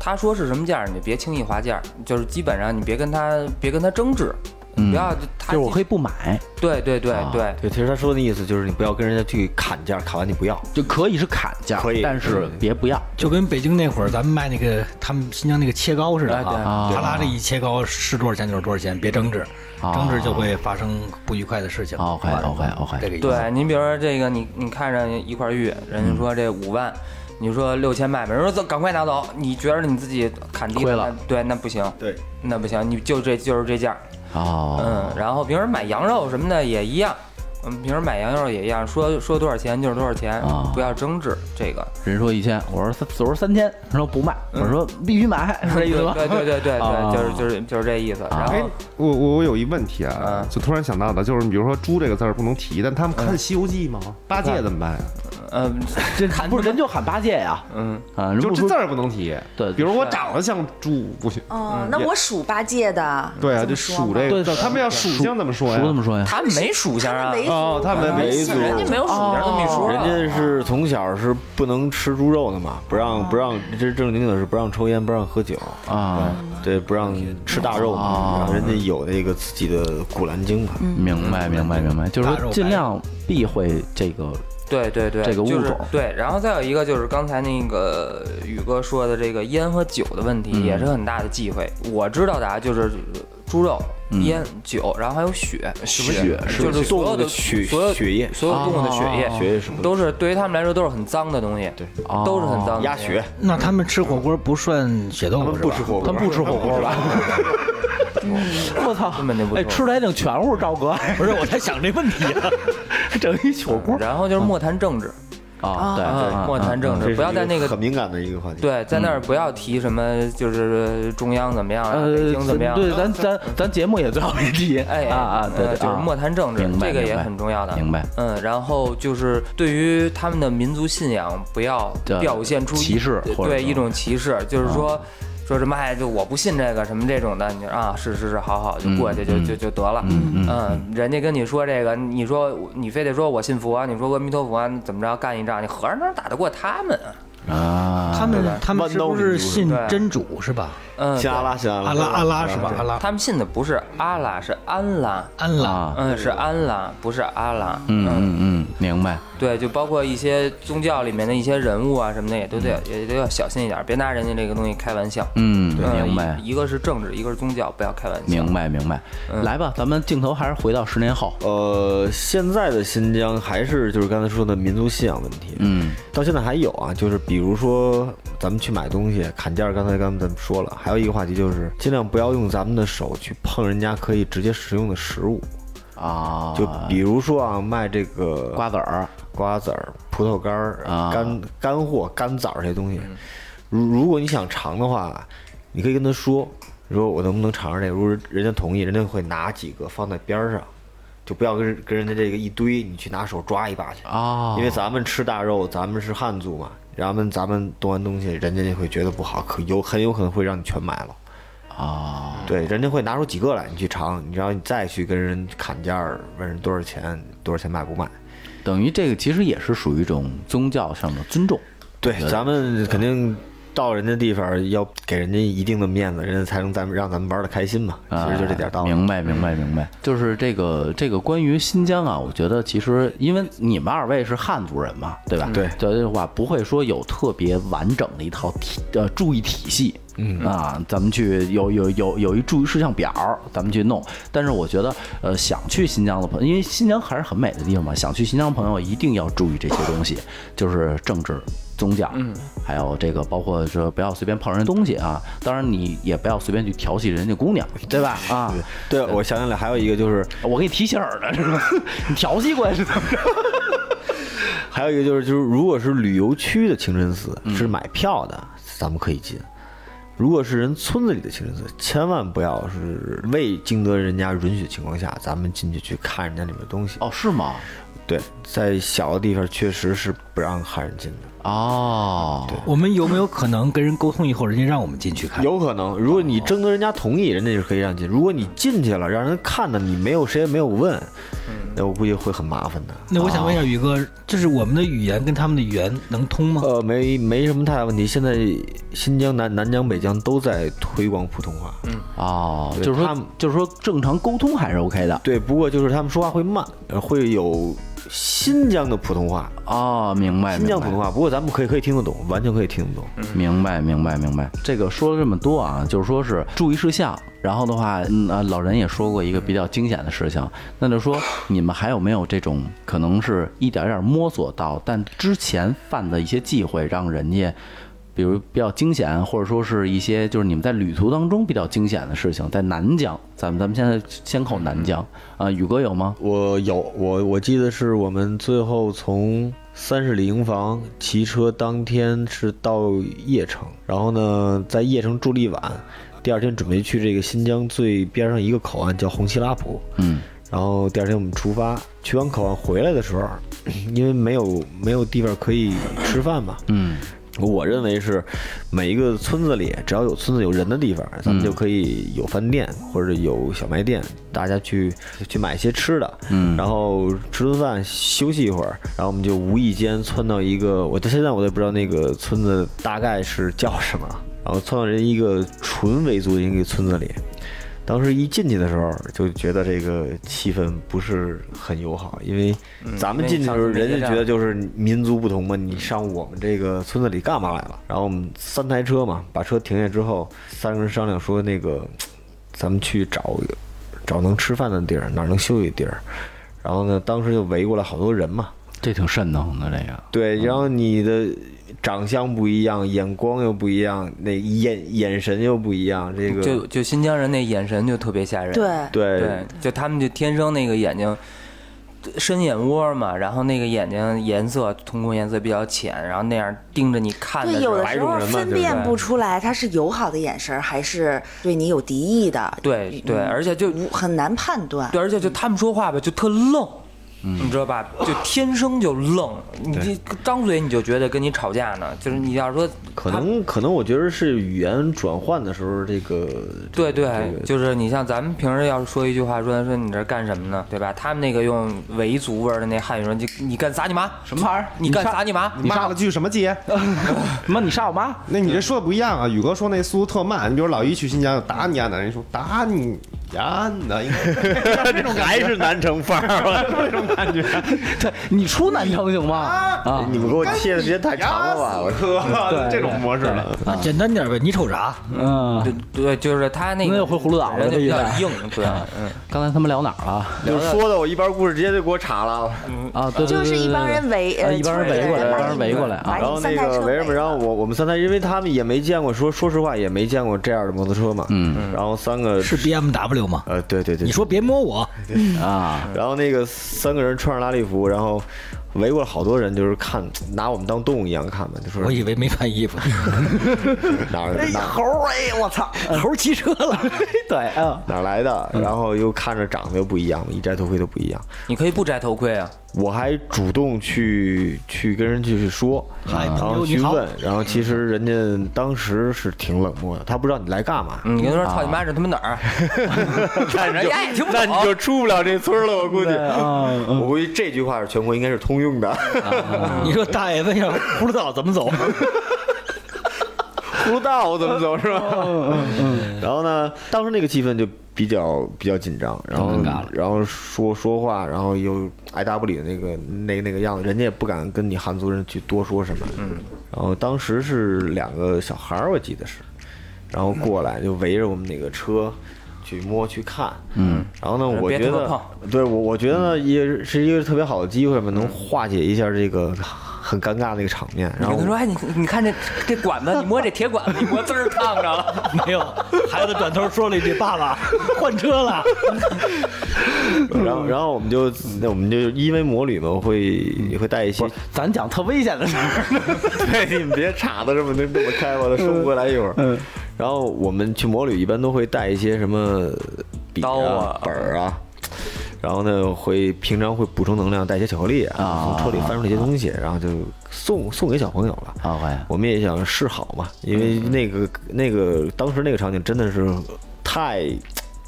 Speaker 2: 他说是什么价儿，你就别轻易划价儿，就是基本上你别跟他别跟他争执，
Speaker 1: 嗯
Speaker 2: 不要他
Speaker 1: 就是我可
Speaker 2: 以
Speaker 1: 以不买，
Speaker 2: 对对对
Speaker 1: 啊
Speaker 2: 对，
Speaker 6: 对，其实他说的意思就是你不要跟人家去砍价，砍完你不要。
Speaker 1: 就可以是砍价，
Speaker 6: 可以
Speaker 1: 但是别不要。
Speaker 4: 就跟北京那会儿咱们卖那个他们新疆那个切糕似的
Speaker 2: 哎对
Speaker 4: 啊，
Speaker 1: 对
Speaker 4: 他拉这一切糕是多少钱就是多少钱，别争执，
Speaker 1: 啊
Speaker 4: 争执就会发生不愉快的事情。
Speaker 1: OK，
Speaker 4: 完了
Speaker 1: OK，OK
Speaker 4: 这个意思
Speaker 2: 对，您比如说这个，你你看上一块玉，人家说这五万，你说六千卖吧，人说走，赶快拿走，你觉得你自己砍低
Speaker 1: 亏
Speaker 2: 那
Speaker 1: 了
Speaker 2: 对，那不行，
Speaker 6: 对，
Speaker 2: 那不行，你就这就是这价儿，
Speaker 1: 哦
Speaker 2: 嗯，，然后平时买羊肉什么的也一样，嗯，平时买羊肉也一样，说说多少钱就是多少钱
Speaker 1: 啊，
Speaker 2: 不要争执这个，
Speaker 1: 人说一千，我说三，我说三千，他说不卖，
Speaker 2: 嗯
Speaker 1: 我说必须买， 是这意思吧？
Speaker 2: 对对对对
Speaker 1: 啊
Speaker 2: 对，就是就是就是这意思，然
Speaker 3: 哎
Speaker 2: 后，
Speaker 3: 我我我有一问题啊
Speaker 2: 啊，
Speaker 3: 就突然想到的，就是你比如说“猪”这个字儿不能提，但他们
Speaker 1: 嗯
Speaker 3: 看《西游记》吗？八戒怎么办呀？
Speaker 2: 嗯，
Speaker 1: 这不是人就喊八戒呀，
Speaker 2: 嗯，
Speaker 1: 啊，人
Speaker 3: 就
Speaker 1: 不
Speaker 3: 这
Speaker 1: 说
Speaker 3: 字儿不能提。
Speaker 1: 对
Speaker 3: 比如我长得像猪，不行。
Speaker 5: 哦，那我属八戒的。
Speaker 3: 对啊，
Speaker 5: 这
Speaker 3: 就
Speaker 5: 么说
Speaker 3: 属
Speaker 5: 吗
Speaker 3: 这
Speaker 1: 对
Speaker 3: 个字儿，他们要属性怎么说
Speaker 1: 叔这
Speaker 3: 呀？
Speaker 1: 么说呀？
Speaker 2: 他们没属相啊
Speaker 5: 他，们没
Speaker 3: 哦，他们
Speaker 6: 维族
Speaker 2: 人家没有属
Speaker 3: 哦
Speaker 2: 相这么一说啊，
Speaker 6: 人家是从小是不能吃猪肉的嘛，不让不让，这是正经的是不让抽烟，不让喝酒，
Speaker 1: 啊，
Speaker 6: 对，不让吃大肉嘛。然后人家有那个自己的《古兰经》嘛。
Speaker 1: 明白明白明白，就是
Speaker 4: 大肉
Speaker 1: 说
Speaker 4: 白
Speaker 1: 尽量避讳这个
Speaker 2: 对对对，
Speaker 1: 这个物
Speaker 2: 就是
Speaker 1: 种
Speaker 2: 对，然后再有一个就是刚才那个宇哥说的这个烟和酒的问题，也是很大的忌讳。我知道的啊，就是猪肉、烟、酒，然后还有血，
Speaker 1: 血是
Speaker 2: 就是所有
Speaker 6: 动物的
Speaker 2: 血
Speaker 6: 血
Speaker 2: 所有
Speaker 6: 血液
Speaker 2: 所有动物的血液，
Speaker 6: 血液什么的
Speaker 2: 都是对于他们来说都是很脏的东西，对，都是很脏的东西。
Speaker 6: 鸭血，
Speaker 4: 那他们吃火锅不涮血豆
Speaker 6: 他
Speaker 4: 腐
Speaker 6: 们
Speaker 4: 是
Speaker 6: 不
Speaker 4: 吧？
Speaker 6: 吃火锅，
Speaker 1: 他们不吃火锅吧？我操，
Speaker 2: 根本就不
Speaker 1: 哎，
Speaker 2: 错哎
Speaker 1: 吃的还挺全乎，赵哥，
Speaker 4: 不是我在想这问题啊，
Speaker 1: 整一火锅，
Speaker 2: 然后就是莫谈政治，
Speaker 1: 啊，对
Speaker 2: 嗯啊
Speaker 1: 对，
Speaker 2: 莫谈政
Speaker 6: 这
Speaker 2: 治，
Speaker 6: 是
Speaker 2: 不要在那
Speaker 6: 一
Speaker 2: 个
Speaker 6: 很敏感的一个话题。，
Speaker 2: 对，在那儿不要提什么，就是中央怎么样啊，北
Speaker 1: 呃
Speaker 2: 京怎么，样？
Speaker 1: 对，咱咱咱节目也最好别提，
Speaker 2: 哎
Speaker 1: 啊啊，对
Speaker 2: 呃
Speaker 1: 对，
Speaker 2: 就是
Speaker 1: 啊
Speaker 2: 莫谈政治
Speaker 1: 明，白
Speaker 2: 这个
Speaker 1: 明
Speaker 2: 也
Speaker 1: 白
Speaker 2: 很重要的。
Speaker 1: 明白
Speaker 2: 嗯，然后就是对于他们的民族信仰，不要
Speaker 1: 对
Speaker 2: 表现出一
Speaker 1: 歧视或者嗯
Speaker 2: 对
Speaker 1: 是
Speaker 2: 一种歧视，就是说。说什么哎，就我不信这个什么这种的，你就啊，是是是，好好就过去
Speaker 1: 嗯
Speaker 2: 就、就就得了。嗯人家跟你说这个，你说你非得说我信佛、啊，你说阿弥陀佛、啊，你怎么着干一仗，你和尚哪打得过他们？啊？
Speaker 1: 啊，
Speaker 4: 他们他们
Speaker 6: 豌
Speaker 4: 是
Speaker 6: 豆
Speaker 4: 不
Speaker 6: 民
Speaker 4: 是
Speaker 6: 族是
Speaker 4: 信
Speaker 2: 吧
Speaker 4: 真主是吧？
Speaker 2: 嗯，
Speaker 6: 信阿拉，信
Speaker 4: 阿
Speaker 6: 阿
Speaker 4: 拉
Speaker 6: 拉，
Speaker 4: 阿拉是吧？阿拉
Speaker 2: 他们信的不是阿拉，是安拉。
Speaker 4: 安拉
Speaker 1: 啊，
Speaker 2: 嗯，是安拉，不是阿拉。
Speaker 1: 嗯嗯嗯，明白，
Speaker 2: 对，就包括一些宗教里面的一些人物啊什么的，也都得也都要小心一点，别拿人家这个东西开玩笑。
Speaker 1: 嗯，
Speaker 2: 嗯
Speaker 1: 明白，
Speaker 2: 一一个是政治，一个是宗教，不要开玩笑。
Speaker 1: 明白，明白。来吧，咱们镜头还是回到十年后，
Speaker 6: 呃，现在的新疆还是就是刚才说的民族信仰问题，
Speaker 1: 嗯，
Speaker 6: 到现在还有啊，就是比如说咱们去买东西砍价，刚才刚才咱们说了，还有一个话题就是尽量不要用咱们的手去碰人家可以直接食用的食物，
Speaker 1: 啊，
Speaker 6: 就比如说啊，卖这个
Speaker 1: 瓜子儿，
Speaker 6: 瓜子儿、葡萄干儿、
Speaker 1: 啊嗯
Speaker 6: 干干货、干枣儿这些东西，如如果你想尝的话，你可以跟他说，说我能不能尝尝这个？如果人家同意，人家会拿几个放在边儿上，就不要跟人跟人家这个一堆，你去拿手抓一把去
Speaker 1: 哦
Speaker 6: 因为咱们吃大肉，咱们是汉族嘛，咱们咱们动完东西，人家就会觉得不好，可有很有可能会让你全买了。
Speaker 1: 啊，
Speaker 6: 对，人家会拿出几个来，你去尝，你然后你再去跟人砍价儿，问人多少钱，多少钱买不卖。
Speaker 1: 等于这个其实也是属于一种宗教上的尊重，
Speaker 6: 对，咱
Speaker 1: 嗯
Speaker 6: 们肯定到人家地方要给人家一定的面子，人家才能咱们让咱们玩的开心嘛。其实就这点道理。
Speaker 1: 啊明白，明白，明白。就是这个这个关于新疆啊，我觉得其实因为你们二位是汉族人嘛，对吧？
Speaker 6: 对
Speaker 1: 所以的话不会说有特别完整的一套体呃注意体系。嗯啊，咱们去有有有有一注意事项表，咱们去弄。但是我觉得，呃，想去新疆的朋友，因为新疆还是很美的地方嘛，想去新疆的朋友一定要注意这些东西，就是政治、宗教，嗯，还有这个包括说不要随便碰人东西啊。当然，你也不要随便去调戏人家姑娘，对吧？啊，
Speaker 6: 对，我想起来还有一个就是，
Speaker 1: 我给你提醒儿呢，是吧？ 你调戏过来是怎么着？
Speaker 6: 还有一个就是就是，如果是旅游区的清真寺
Speaker 1: 嗯
Speaker 6: 是买票的，咱们可以进；如果是人村子里的清真寺，千万不要是未经得人家允许的情况下，咱们进去去看人家里面的东西。
Speaker 1: 哦，是吗？
Speaker 6: 对，在小的地方确实是不让汉人进的。
Speaker 1: 哦，
Speaker 4: 我们有没有可能跟人沟通以后，人家让我们进去看？
Speaker 6: 有可能，如果你征得人家同意，人家就可以让进；如果你进去了，让人看到你没有谁也没有问，
Speaker 1: 嗯
Speaker 6: 那我估计会很麻烦的。
Speaker 4: 那我想问一下宇哥，就是我们的语言跟他们的语言能通吗？
Speaker 6: 呃，没没什么太大问题。现在新疆南南疆北疆都在推广普通话，
Speaker 1: 哦，
Speaker 6: 对
Speaker 1: 就是
Speaker 6: 他
Speaker 1: 说
Speaker 6: 们，
Speaker 1: 就是说，正常沟通还是 OK 的。
Speaker 6: 对，不过就是他们说话会慢，呃会有新疆的普通话，
Speaker 1: 哦，明白，
Speaker 6: 新
Speaker 1: 明
Speaker 6: 疆
Speaker 1: 白
Speaker 6: 普通话。不过咱们可以可以听得懂，完全可以听得懂。
Speaker 1: 明白，明白，明白。这个说了这么多啊，就是说是注意事项。然后的话，嗯啊，老人也说过一个比较惊险的事情，那就说你们还有没有这种可能是一点点摸索到，但之前犯的一些忌讳，让人家。比如比较惊险，或者说是一些就是你们在旅途当中比较惊险的事情，在南疆，咱们咱们现在先扣南疆啊，宇哥有吗？
Speaker 6: 我有我我记得是我们最后从三十里营房骑车当天是到邺城，然后呢在邺城住了一晚，第二天准备去这个新疆最边上一个口岸叫红旗拉普，
Speaker 1: 嗯，
Speaker 6: 然后第二天我们出发，去完口岸回来的时候，因为没有没有地方可以吃饭嘛，嗯。我认为是每一个村子里，只要有村子有人的地方，咱
Speaker 2: 嗯
Speaker 6: 们就可以有饭店或者有小卖店，大家去去买一些吃的，嗯，然后吃顿饭休息一会儿，然后我们就无意间窜到一个，我到现在我都不知道那个村子大概是叫什么，然后窜到人一个纯维族的一个村子里，当时一进去的时候，就觉得这个气氛不是很友好，因为咱们进去的时候，
Speaker 2: 嗯因为上次没结
Speaker 6: 人家
Speaker 2: 账
Speaker 6: 觉得就是民族不同嘛，你上我们这个村子里干嘛来了？然后我们三台车嘛，把车停下之后，三个人商量说，那个咱们去找找能吃饭的地儿，哪儿能休息地儿。然后呢，当时就围过来好多人嘛，
Speaker 1: 这挺瘆得慌的这个。
Speaker 6: 对，然后你的长相不一样，眼光又不一样，那眼眼神又不一样，这个
Speaker 2: 就就新疆人那眼神就特别吓人。
Speaker 5: 对
Speaker 6: 对
Speaker 2: 对，就他们就天生那个眼睛深眼窝嘛，然后那个眼睛颜色瞳孔颜色比较浅，然后那样盯着你看的
Speaker 5: 对，
Speaker 2: 时
Speaker 5: 有
Speaker 2: 候
Speaker 5: 的
Speaker 6: 白
Speaker 5: 时
Speaker 6: 种
Speaker 5: 候
Speaker 6: 人嘛
Speaker 5: 分
Speaker 6: 对不
Speaker 5: 辨
Speaker 6: 对
Speaker 5: 不出来他是友好的眼神儿还是对你有敌意的，嗯
Speaker 2: 对对，而且就
Speaker 5: 无很难判断。
Speaker 2: 对，而且就他们说话吧，就特愣。你知道吧？就天生就愣，你这张嘴你就觉得跟你吵架呢。就是你要说
Speaker 6: 可
Speaker 2: 他
Speaker 6: 能可能我觉得是语言转换的时候，这个
Speaker 2: 对对，
Speaker 6: 这个
Speaker 2: 就是你像咱们平时要是说一句话，说说你这干什么呢，对吧？他们那个用维族味儿的那汉语说，你你干啥你妈？
Speaker 1: 什么玩意儿？
Speaker 2: 你干啥你妈？
Speaker 3: 你骂了句什么街？
Speaker 1: 妈，你杀我妈！
Speaker 3: 那你这说的不一样啊！宇哥说那速度特慢，你比如老一去新疆打你啊，男人说打你呀，那应 该
Speaker 6: 还是南城范儿。
Speaker 3: 这 种感觉。
Speaker 1: 对你出南城行吗？啊，
Speaker 6: 你们给我切的时间太长了 吧？我
Speaker 3: 吧？这种模式了。
Speaker 4: 那啊简单点呗，你瞅啥？
Speaker 1: 嗯，
Speaker 2: 对对，就是他那个
Speaker 1: 那又回葫芦岛了
Speaker 2: 人家比较
Speaker 1: 这意思
Speaker 2: 硬， 对，嗯，
Speaker 1: 刚才他们聊哪儿了？
Speaker 6: 就说的我一边故事直接就给我岔了。
Speaker 1: 啊，对，对
Speaker 5: 就是一帮人围
Speaker 1: 对对对对啊
Speaker 5: 呃
Speaker 1: 一帮人围过来，一帮人围过来啊
Speaker 5: 把，
Speaker 6: 然后那个为什么？然后我我们三台，因为他们也没见过，说说实话也没见过这样的摩托车嘛。嗯。然后三个
Speaker 4: 是 BMW 吗？
Speaker 6: 呃，对对对，
Speaker 4: 你说别摸我，
Speaker 1: 啊，
Speaker 6: 然后那个三个人穿着拉力服，然后围过来好多人，就是看拿我们当动物一样看嘛，就说
Speaker 4: 我以为没穿衣服，
Speaker 6: 哪儿哪
Speaker 4: 猴儿哎，我操，猴儿骑车了，
Speaker 1: 对啊，
Speaker 6: 哪儿来的，然后又看着长得又不一样，一摘头盔都不一样。
Speaker 2: 你可以不摘头盔啊，
Speaker 6: 我还主动去去跟人去说，啊
Speaker 4: 嗨
Speaker 6: 然
Speaker 4: 朋友
Speaker 6: 后
Speaker 4: 你
Speaker 6: 去
Speaker 4: 好
Speaker 6: 问，然后其实人家当时是挺冷漠的，他不知道你来干嘛。
Speaker 2: 你跟他说操你妈这他妈哪 儿？
Speaker 6: 啊
Speaker 2: 啊
Speaker 6: 那
Speaker 2: 人家也哎听不懂
Speaker 6: 那你就出不了这村儿了，我估计。
Speaker 1: 嗯
Speaker 6: 我估计这句话是全国应该是通用的。
Speaker 4: 你说大爷问一下葫芦岛怎么走？
Speaker 6: 不知道我怎么走是吧？
Speaker 2: 嗯
Speaker 6: 然后呢，当时那个气氛就比较比较紧张，然后
Speaker 4: 尴尬了
Speaker 6: 然后说说话，然后又爱答不理的那个那个那个样子，人家也不敢跟你汉族人去多说什么。嗯，然后当时是两个小孩儿，我记得是，然后过来就围着我们那个车。去摸去看，嗯，然后呢，
Speaker 2: 呃
Speaker 6: 我
Speaker 2: 别
Speaker 6: 觉
Speaker 2: 他妈
Speaker 6: 得
Speaker 2: 碰
Speaker 6: 对我，我觉得呢，也是一个特别好的机会嘛，能化解一下这个很尴尬的一个场面。然
Speaker 2: 你
Speaker 6: 后
Speaker 2: 跟他说哎你你看这这管子，你摸这铁管子，你摸滋儿烫着了。
Speaker 4: 没有，孩子转头说了一句：“爸爸换车了。
Speaker 6: 然后，然后我们就，那我们就因为魔女嘛，会会带一些。
Speaker 1: 咱讲特危险的事儿，
Speaker 6: 对，你们别岔的这么那这么开吧，我都收不回来一会儿。嗯。然后我们去魔女一般都会带一些什么笔
Speaker 2: 刀啊
Speaker 6: 本儿啊。然后呢，会平常会补充能量，带一些巧克力啊，从车里翻出这些东西，然后就送送给小朋友了。
Speaker 1: 好啊玩呀
Speaker 6: 我们也想示好嘛，因为
Speaker 1: 嗯
Speaker 6: 那个那个当时那个场景真的是太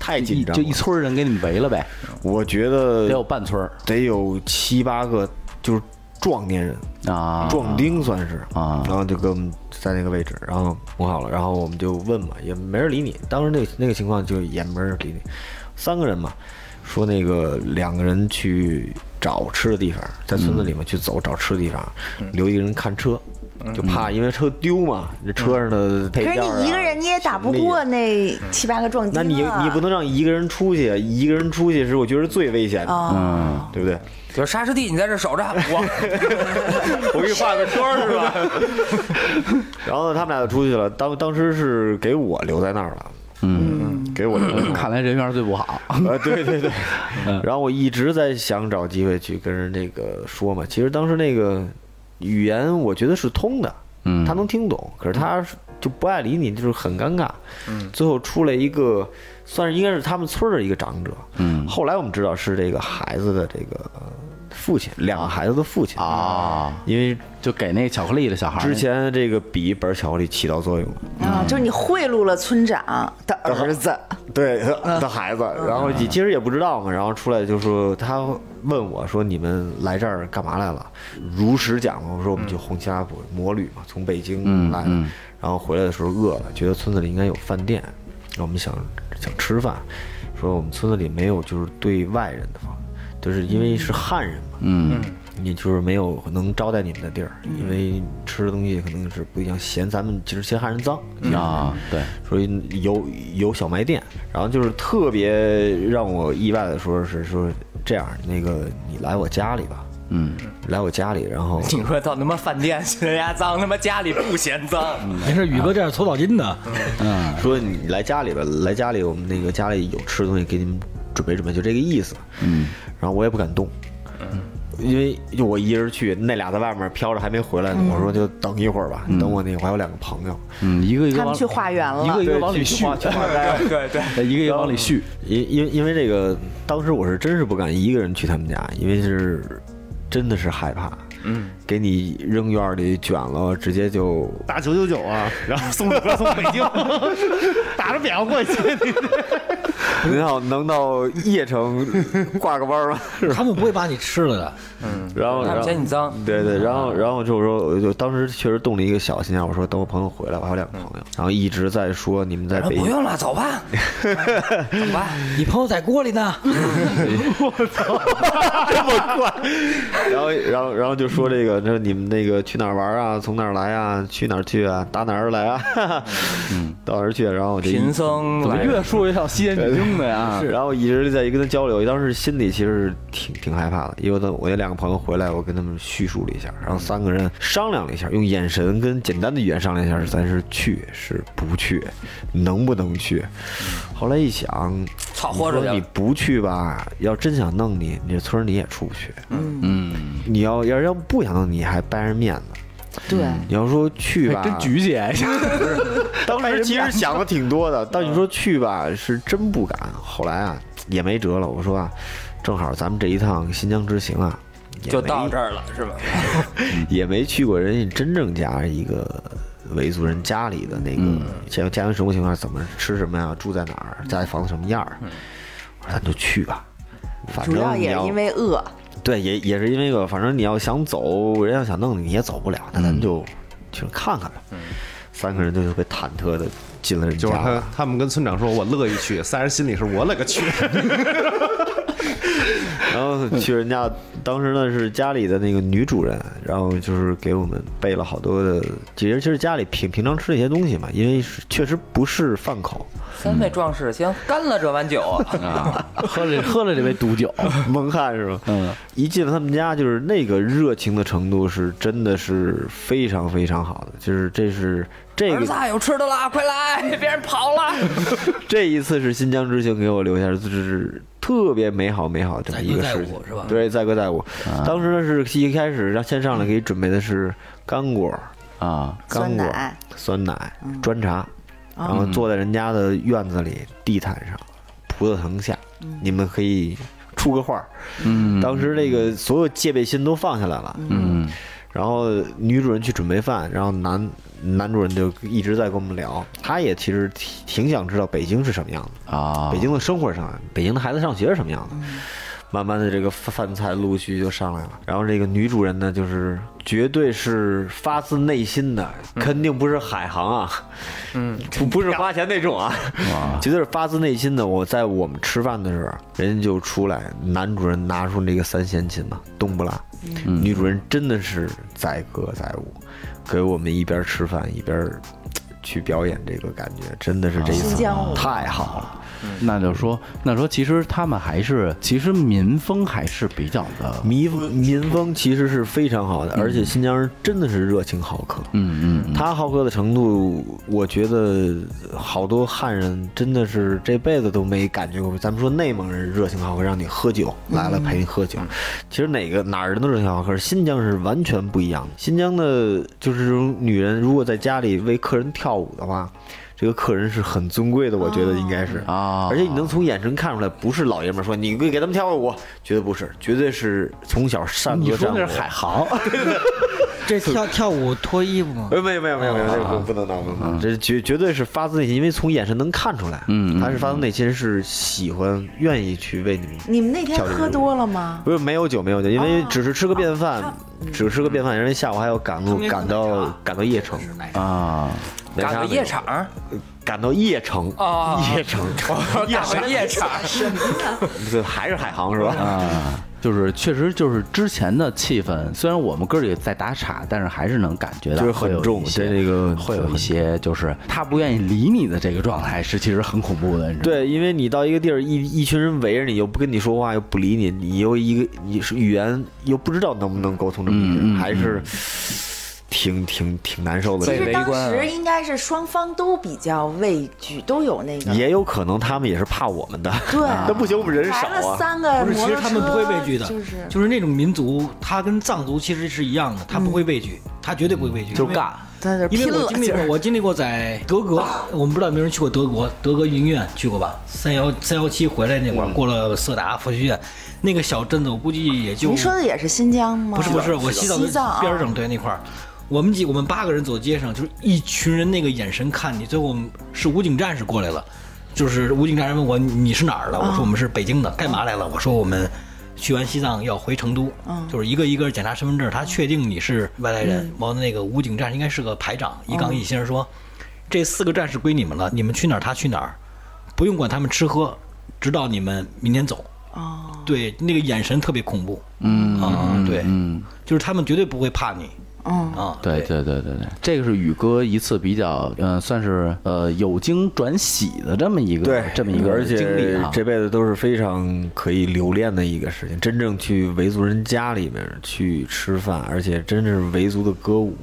Speaker 6: 太 紧
Speaker 1: 一
Speaker 6: 张
Speaker 1: 就
Speaker 6: 了，
Speaker 1: 一村儿人给你们围了呗，
Speaker 6: 我觉
Speaker 1: 得
Speaker 6: 得
Speaker 1: 有半村儿
Speaker 6: 得有七八个就是壮年人，
Speaker 1: 啊，
Speaker 6: 壮丁算是
Speaker 1: 啊
Speaker 6: 然后就跟我们在那个位置，然后哄好了，然后我们就问嘛，也没人理你。当时那个那个情况就也没人理你，三个人嘛，说那个两个人去找吃的地方，在村子里面去走找吃的地方，留一个人看车，就
Speaker 1: 嗯
Speaker 6: 怕因为车丢嘛，这车上的配
Speaker 5: 可
Speaker 6: 件、
Speaker 5: 是
Speaker 6: 啊。嗯
Speaker 5: 你一个人你啊也打不过那七八个壮丁
Speaker 6: 那
Speaker 5: 啊，
Speaker 6: 你你不能让一个人出去，一个人出去是我觉得是最危险的，
Speaker 5: 啊，
Speaker 1: 嗯
Speaker 6: 对不对？
Speaker 2: 就是沙师弟，你在这守着，我
Speaker 6: 我给你画个圈儿是吧？然后呢，他们俩就出去了。当当时是给我留在那儿了，嗯，给我留在那儿。
Speaker 1: 看来人缘最不好，
Speaker 6: 呃，对对对。
Speaker 1: 嗯
Speaker 6: 然后我一直在想找机会去跟人那个说嘛。其实当时那个语言我觉得是通的，
Speaker 1: 嗯
Speaker 6: 他能听懂，可是他就不爱理你，就是很尴尬。嗯，最后出来一个，算是应该是他们村儿的一个长者。
Speaker 1: 嗯
Speaker 6: 后来我们知道是这个孩子的这个呃父亲，两个孩子的父亲，
Speaker 1: 啊，
Speaker 6: 因为
Speaker 1: 就给那巧克力的小孩儿那
Speaker 6: 之前这个笔本巧克力起到作用了，
Speaker 5: 啊，就是你贿赂了村长的儿子，
Speaker 6: 对的孩子，
Speaker 1: 嗯
Speaker 6: 然后也其实也不知道嘛，然后出来就说他问我说你们来这儿干嘛来了？如实讲嘛，我说我们去红旗拉普摩旅嘛，从北京来的，
Speaker 1: 嗯
Speaker 6: 然后回来的时候饿了，觉得村子里应该有饭店，我们想想吃饭，说我们村子里没有就是对外人的方，就是因为是汉人嘛，
Speaker 1: 嗯
Speaker 6: 也就是没有能招待你们的地儿，因为吃的东西可能是不一样，嫌咱们就是嫌汉人脏
Speaker 1: 啊，对，
Speaker 6: 所以有有小卖店，然后就是特别让我意外的说是说这样，那个你来我家里吧，
Speaker 1: 嗯，
Speaker 6: 来我家里，然后
Speaker 2: 你说到他妈饭店 嫌家脏，他妈家里不嫌脏。”
Speaker 1: 嗯
Speaker 4: 没事，宇哥这样搓澡巾呢。
Speaker 6: 说你来家里吧，来家里我们那个家里有吃的东西给你们准备准备，就这个意思。嗯，然后我也不敢动，因为就我一人去，那俩在外面飘着还没回来呢，我说就等一会儿吧，等我那我还有两个朋友，
Speaker 1: 嗯，一个一个
Speaker 5: 他
Speaker 1: 往
Speaker 5: 们去化缘
Speaker 1: 一个
Speaker 5: 了
Speaker 1: 一，个往里
Speaker 6: 去
Speaker 1: 续
Speaker 6: 去，化去化斋
Speaker 2: 哎对对，
Speaker 1: 一个一个往里续，
Speaker 6: 因因因为这个，当时我是真是不敢一个人去他们家，因为是真的是害怕，
Speaker 2: 嗯，
Speaker 6: 给你扔院里卷了，直接就
Speaker 3: 打九九九啊，然后送车送北京， 打着 表过去。
Speaker 6: 能到能到邺城挂个弯儿吗？
Speaker 4: 他们不会把你吃了的。
Speaker 6: 然后
Speaker 2: 他
Speaker 6: 然
Speaker 2: 们
Speaker 6: 后
Speaker 2: 嫌你脏，
Speaker 6: 对对，然后然后就是说，我就当时确实动了一个小心眼，我说等我朋友回来，我还有两个朋友，然后一直在说你们在
Speaker 2: 我说
Speaker 6: 北
Speaker 2: 不
Speaker 6: 京，
Speaker 2: 用了，走吧，走吧，
Speaker 1: 哎
Speaker 4: 你朋友在锅里呢，
Speaker 6: 然后然后然后就说这个，说你们那个去哪儿玩啊，从哪儿来啊，去哪儿去啊，打哪儿来啊， 到哪儿去啊，然后我就一
Speaker 2: 贫僧
Speaker 1: 怎么
Speaker 2: 来
Speaker 1: 越说越像西安 女经的呀？
Speaker 6: 然后一直在跟他交流，当时心里其实是挺挺害怕的，因为呢，我那两个朋友回来，我跟他们叙述了一下，然后三个人商量了一下，用眼神跟简单的语言商量一下，咱是去是不去，能不能去。后来一想，
Speaker 2: 嗯操
Speaker 6: 你
Speaker 2: 豁出去
Speaker 6: 说你
Speaker 2: 了
Speaker 6: 不去吧，要真想弄你，你这村儿你也出不去。
Speaker 1: 嗯，
Speaker 6: 你要要要不想弄你，还掰着面子。
Speaker 5: 对，
Speaker 6: 你要说去吧，
Speaker 1: 跟菊姐，
Speaker 6: 当时其实想的挺多的，但你说去吧，是真不敢。后来啊，也没辙了。我说啊，正好咱们这一趟新疆之行啊，也
Speaker 2: 就
Speaker 6: 没
Speaker 2: 到这儿了，是吧？
Speaker 1: 哎
Speaker 6: 也没去过人家真正家一个维族人家里的那个家家庭生活情况，怎么吃什么呀，住在哪儿，家里房子什么样儿。我说咱就去吧，反
Speaker 5: 主要
Speaker 6: 正你
Speaker 5: 也
Speaker 6: 要
Speaker 5: 是因为饿，
Speaker 6: 对，也也是因为个，反正你要想走，人家想弄你，你也走不了，那咱就去看看吧。三个人就特别忐忑的进了人家
Speaker 3: 就是他
Speaker 6: 了。
Speaker 3: 他们跟村长说，我乐意去，仨人心里是我勒个去。
Speaker 6: 然后去人家，当时呢是家里的那个女主人，然后就是给我们备了好多的，其实就是家里平平常吃的一些东西嘛，因为是确实不是饭 口，
Speaker 2: 三位壮士先干了这碗酒
Speaker 1: 嗯
Speaker 2: 啊！
Speaker 1: 喝了喝了这杯毒酒，
Speaker 6: 蒙汉是吧？
Speaker 1: 嗯，
Speaker 6: 一进了他们家，就是那个热情的程度是真的是非常非常好的，就是这是这
Speaker 2: 儿
Speaker 6: 个
Speaker 2: 子
Speaker 4: 啊
Speaker 2: 有吃的啦，快来，别人跑了。
Speaker 6: 这一次是新疆之行给我留下的，就是特别美好美好这么一个
Speaker 4: 载
Speaker 6: 事
Speaker 4: 歌载
Speaker 6: 情
Speaker 4: 舞，是吧啊
Speaker 6: 对，载歌载舞。当时呢是一开始让先上来给准备的是干果、
Speaker 1: 啊，
Speaker 6: 干果
Speaker 5: 酸奶、嗯哦
Speaker 6: 酸奶、砖茶，然后坐在人家的院子里地毯上，葡萄藤下，
Speaker 5: 嗯
Speaker 6: 你们可以出个画儿。
Speaker 1: 嗯
Speaker 6: 当时这个所有戒备心都放下来了，
Speaker 1: 嗯
Speaker 6: 然后女主人去准备饭，然后男男主人就一直在跟我们聊，他也其实挺挺想知道北京是什么样子。
Speaker 1: 啊，
Speaker 6: 北京的生活上，北京的孩子上学是什么样的？慢慢的，这个饭饭菜陆续就上来了。然后这个女主人呢，就是绝对是发自内心的，肯定不是海航啊，嗯，不不是花钱那种啊，绝对是发自内心的。我在我们吃饭的时候，人家就出来，男主人拿出那个三弦琴嘛，冬不拉，女主人真的是载歌载舞，给我们一边吃饭一边儿去表演，这个感觉真的是这一
Speaker 5: 新
Speaker 6: 次
Speaker 5: 疆舞
Speaker 6: 太好了。
Speaker 1: 那就说，那说其实他们还是，其实民风还是比较的，
Speaker 6: 民风民风其实是非常好的，而且新疆人真的是热情好客。
Speaker 1: 嗯嗯，
Speaker 6: 他好客的程度，我觉得好多汉人真的是这辈子都没感觉过。咱们说内蒙人热情好客，让你喝酒
Speaker 1: 嗯
Speaker 6: 来了陪你喝酒，其实哪个哪儿人都热情好客，新疆是完全不一样的。新疆的就是这种女人，如果在家里为客人跳舞的话。这个客人是很尊贵的，我觉得应该是
Speaker 1: 啊
Speaker 6: 而且你能从眼神看出来，不是老爷们儿说你给给他们跳个舞，绝对不是，绝对是从小善歌
Speaker 1: 你说
Speaker 6: 善舞。
Speaker 1: 那是海航，
Speaker 4: 这跳跳舞脱衣服吗？
Speaker 6: 呃，没有没有没有没有，这个
Speaker 1: 啊
Speaker 6: 不不能闹，不能闹，这绝绝对是发自内心，因为从眼神能看出来，
Speaker 1: 嗯嗯
Speaker 6: 他是发自内心是喜欢愿意去为你们，
Speaker 5: 你们那天
Speaker 6: 跳这个
Speaker 5: 喝
Speaker 6: 舞
Speaker 5: 多了吗？
Speaker 6: 不是没有酒没有酒，因为只是吃个便饭，只是吃个便饭，因为下午还要赶路，赶到赶到邺城，
Speaker 1: 啊，
Speaker 2: 赶个夜场
Speaker 6: 赶到邺城，
Speaker 2: 啊，
Speaker 6: 邺城，
Speaker 2: 赶个夜场，
Speaker 6: 对，还是海航是吧？
Speaker 1: 啊，就是确实就是之前的气氛，虽然我们哥几个在打岔，但是还是能感觉到
Speaker 6: 就是很
Speaker 1: 会有一
Speaker 6: 重
Speaker 1: 些
Speaker 6: 对这个
Speaker 1: 会有一些就是他不愿意理你的这个状态是其实很恐怖的，你知道吗？
Speaker 6: 对，因为你到一个地儿，一一群人围着你，又不跟你说话，又不理
Speaker 1: 嗯
Speaker 6: 你，你又一个你是语言又不知道能不能沟通这么一个人，还是挺挺挺难受的
Speaker 5: 其
Speaker 2: 被
Speaker 6: 这个。
Speaker 5: 实
Speaker 2: 围
Speaker 5: 当
Speaker 2: 观啊
Speaker 5: 时应该是双方都比较畏惧，都有那个。
Speaker 6: 也有可能他们也是怕我们 的，
Speaker 5: 对
Speaker 6: 那不行，我们人少
Speaker 5: 来了
Speaker 6: 啊。
Speaker 5: 三个
Speaker 4: 不是，
Speaker 5: 摩
Speaker 4: 其实
Speaker 5: 托
Speaker 4: 他们不会畏惧的，
Speaker 5: 车就
Speaker 4: 那种民族，他跟藏族其实是一样的，他不会畏惧，他绝对不会畏惧，
Speaker 1: 就
Speaker 4: 因为
Speaker 1: 干。
Speaker 5: 在那儿
Speaker 4: 因
Speaker 5: 拼
Speaker 4: 为我
Speaker 5: 了
Speaker 4: 经历
Speaker 5: 劲
Speaker 4: 过，
Speaker 5: 儿。
Speaker 4: 我经历过在德国，我们不知道有没有人去过德国，德国云院去过吧？三幺三幺七回来那会儿，过了色达佛学院那个小镇子，我估计也就
Speaker 5: 您说的也是新疆吗？
Speaker 4: 不是不是，我西
Speaker 5: 西
Speaker 4: 藏
Speaker 5: 西藏
Speaker 4: 的
Speaker 5: 啊
Speaker 4: 边儿上对那块儿，我们几我们八个人走街上，就是一群人那个眼神看你，最后我们是武警战士过来了，就是武警战士问我你是哪儿的，我说我们是北京的，干嘛来了？我说我们。去完西藏要回成都，就是一个一个检查身份证，他确定你是外来人。完了，那个武警战士应该是个排长，一杠一先生说，这四个战士归你们了，你们去哪儿他去哪儿，不用管他们吃喝，直到你们明天走。
Speaker 5: 哦，
Speaker 4: 对，那个眼神特别恐怖。嗯啊，对，嗯，就是他们绝对不会怕你。
Speaker 5: 嗯
Speaker 4: 啊，
Speaker 1: 对对对对对，这个是宇哥一次比较，嗯、算是呃有惊转喜的这么一个这么一个
Speaker 6: 而且
Speaker 1: 经历啊。
Speaker 6: 这辈子都是非常可以留恋的一个事情。真正去维族人家里面去吃饭，而且真是维族的歌舞，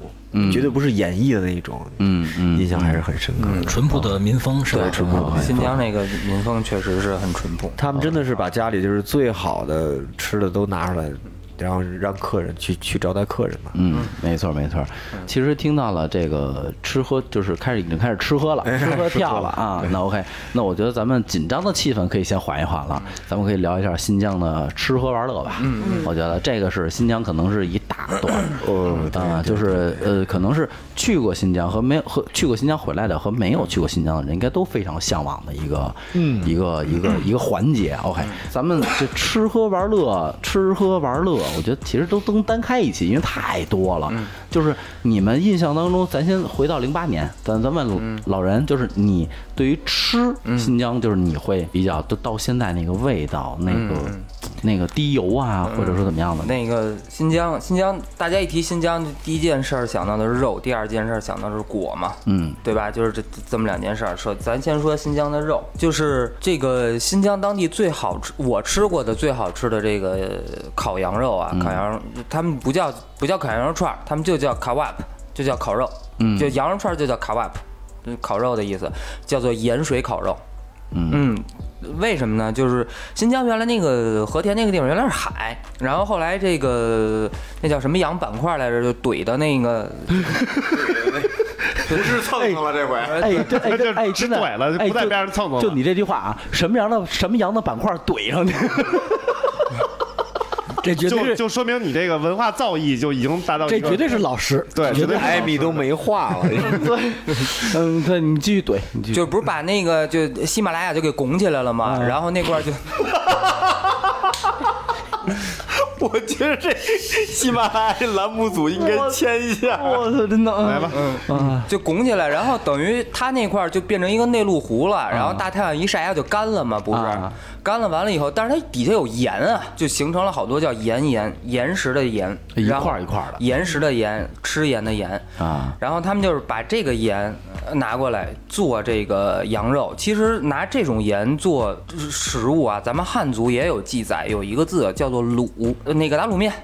Speaker 6: 绝对不是演绎的那一种，
Speaker 1: 嗯嗯
Speaker 6: 印象还是很深刻的。
Speaker 4: 嗯淳朴的民风是吧？
Speaker 6: 淳朴
Speaker 1: 哦哎
Speaker 6: 的
Speaker 2: 新疆那个民风确实是很淳朴。
Speaker 6: 他们真的是把家里就是最好的吃的都拿出来，然后让客人去去招待客人嘛。
Speaker 1: 嗯，没错没错。其实听到了这个吃喝，就是开始已经开始吃喝了，哎吃喝跳了啊。那 OK，那我觉得咱们紧张的气氛可以先缓一缓了，咱们可以聊一下新疆的吃喝玩乐吧。嗯，我觉得这个是新疆可能是一大 段，
Speaker 6: 哦
Speaker 1: 啊，就是呃，可能是去过新疆和没有和去过新疆回来的和没有去过新疆的人，应该都非常向往的一个
Speaker 3: 嗯
Speaker 1: 一个一个一个环节。OK，咱们这吃喝玩乐，吃喝玩乐，我觉得其实都都能单开一期，因为太多了。
Speaker 3: 嗯
Speaker 1: 就是你们印象当中，咱先回到零八年，咱咱
Speaker 3: 嗯
Speaker 1: 问老人，就是你对于吃新疆，就是你会比较都到现在那个味道，那个
Speaker 3: 嗯
Speaker 1: 那个滴油啊，或者说怎么样的，
Speaker 2: 那个新疆，新疆，大家一提新疆，第一件事儿想到的是肉，第二件事儿想到的是果嘛，
Speaker 1: 嗯
Speaker 2: 对吧？就是这这么两件事儿。说，咱先说新疆的肉，就是这个新疆当地最好吃，我吃过的最好吃的这个呃烤羊肉啊，烤羊，肉，他们不叫不叫烤羊肉串儿，他们就叫烤 wap，就叫烤肉，就羊肉串儿就叫烤 wap，就是烤肉的意思，叫做盐水烤肉。嗯，为什么呢？就是新疆原来那个和田那个地方原来是海，然后后来这个那叫什么洋板块来着，就怼到那个
Speaker 3: 不是蹭蹭了这回。
Speaker 1: 哎，对，哎，对，哎，
Speaker 3: 吃
Speaker 1: 真的，
Speaker 3: 拐了就
Speaker 1: 哎
Speaker 3: 不在
Speaker 1: 就
Speaker 3: 边上蹭蹭
Speaker 1: 就
Speaker 3: 了
Speaker 1: 你这句话啊，什么羊的什么羊的板块怼上去，
Speaker 4: 这绝对，
Speaker 3: 就是就说明你这个文化造诣就已经达到一
Speaker 4: 这
Speaker 3: 个
Speaker 4: 绝对是老师。
Speaker 3: 对，绝
Speaker 4: 绝
Speaker 3: 对
Speaker 4: 对
Speaker 3: 是
Speaker 6: 哎艾 米都没话 了，
Speaker 1: 嗯，对，你继续怼，你继续。
Speaker 2: 就不是把那个就喜马拉雅就给拱起来了嘛，然后那块儿就
Speaker 6: 我觉得这喜马拉雅这栏目组应该签一下。
Speaker 1: 我操，真的，啊
Speaker 3: 来吧，
Speaker 2: 就拱起来，然后等于它那块儿就变成一个内陆湖了，然后大太阳一晒，它就干了嘛，不是
Speaker 1: 啊？
Speaker 2: 干了完了以后，但是它底下有盐啊，就形成了好多叫盐盐岩石的盐，
Speaker 1: 一块儿
Speaker 2: 然后
Speaker 1: 一块儿的
Speaker 2: 岩石的盐，吃盐的盐
Speaker 1: 啊
Speaker 2: 然后他们就是把这个盐呃拿过来做这个羊肉。其实拿这种盐做食物啊，咱们汉族也有记载，有一个字叫做卤，呃那个打卤面。
Speaker 1: 啊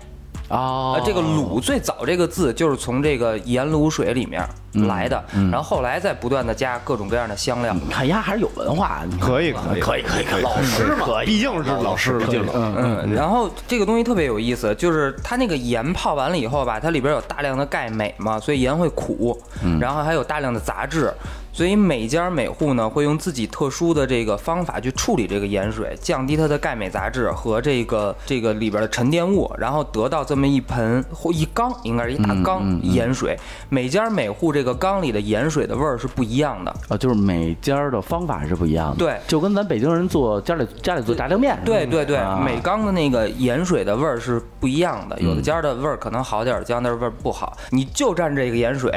Speaker 2: 啊，，这个卤最早这个字就是从这个盐卤水里面来的，然后后来再不断的加各种各样的香料。
Speaker 1: 你看丫还是有文化，你看
Speaker 3: 可以可以啊可以可以，老师嘛，毕竟是老师，毕竟老师
Speaker 2: 嗯，然后这个东西特别有意思，就是它那个盐泡完了以后吧，它里边有大量的钙镁嘛，所以盐会苦，然后还有大量的杂质，所以每家每户呢会用自己特殊的这个方法去处理这个盐水，降低它的钙镁杂质和这个这个里边的沉淀物，然后得到这么一盆或一缸，应该是一大缸盐水，每家每户这个缸里的盐水的味儿是不一样的。
Speaker 1: 啊，就是每家儿的方法是不一样的，
Speaker 2: 对
Speaker 1: 就跟咱北京人做家里家里做炸酱面似的，
Speaker 2: 对对对，
Speaker 1: 啊
Speaker 2: 每缸的那个盐水的味儿是不一样的，有的家的味儿可能好点儿，有的家的味儿不好。你就蘸这个盐水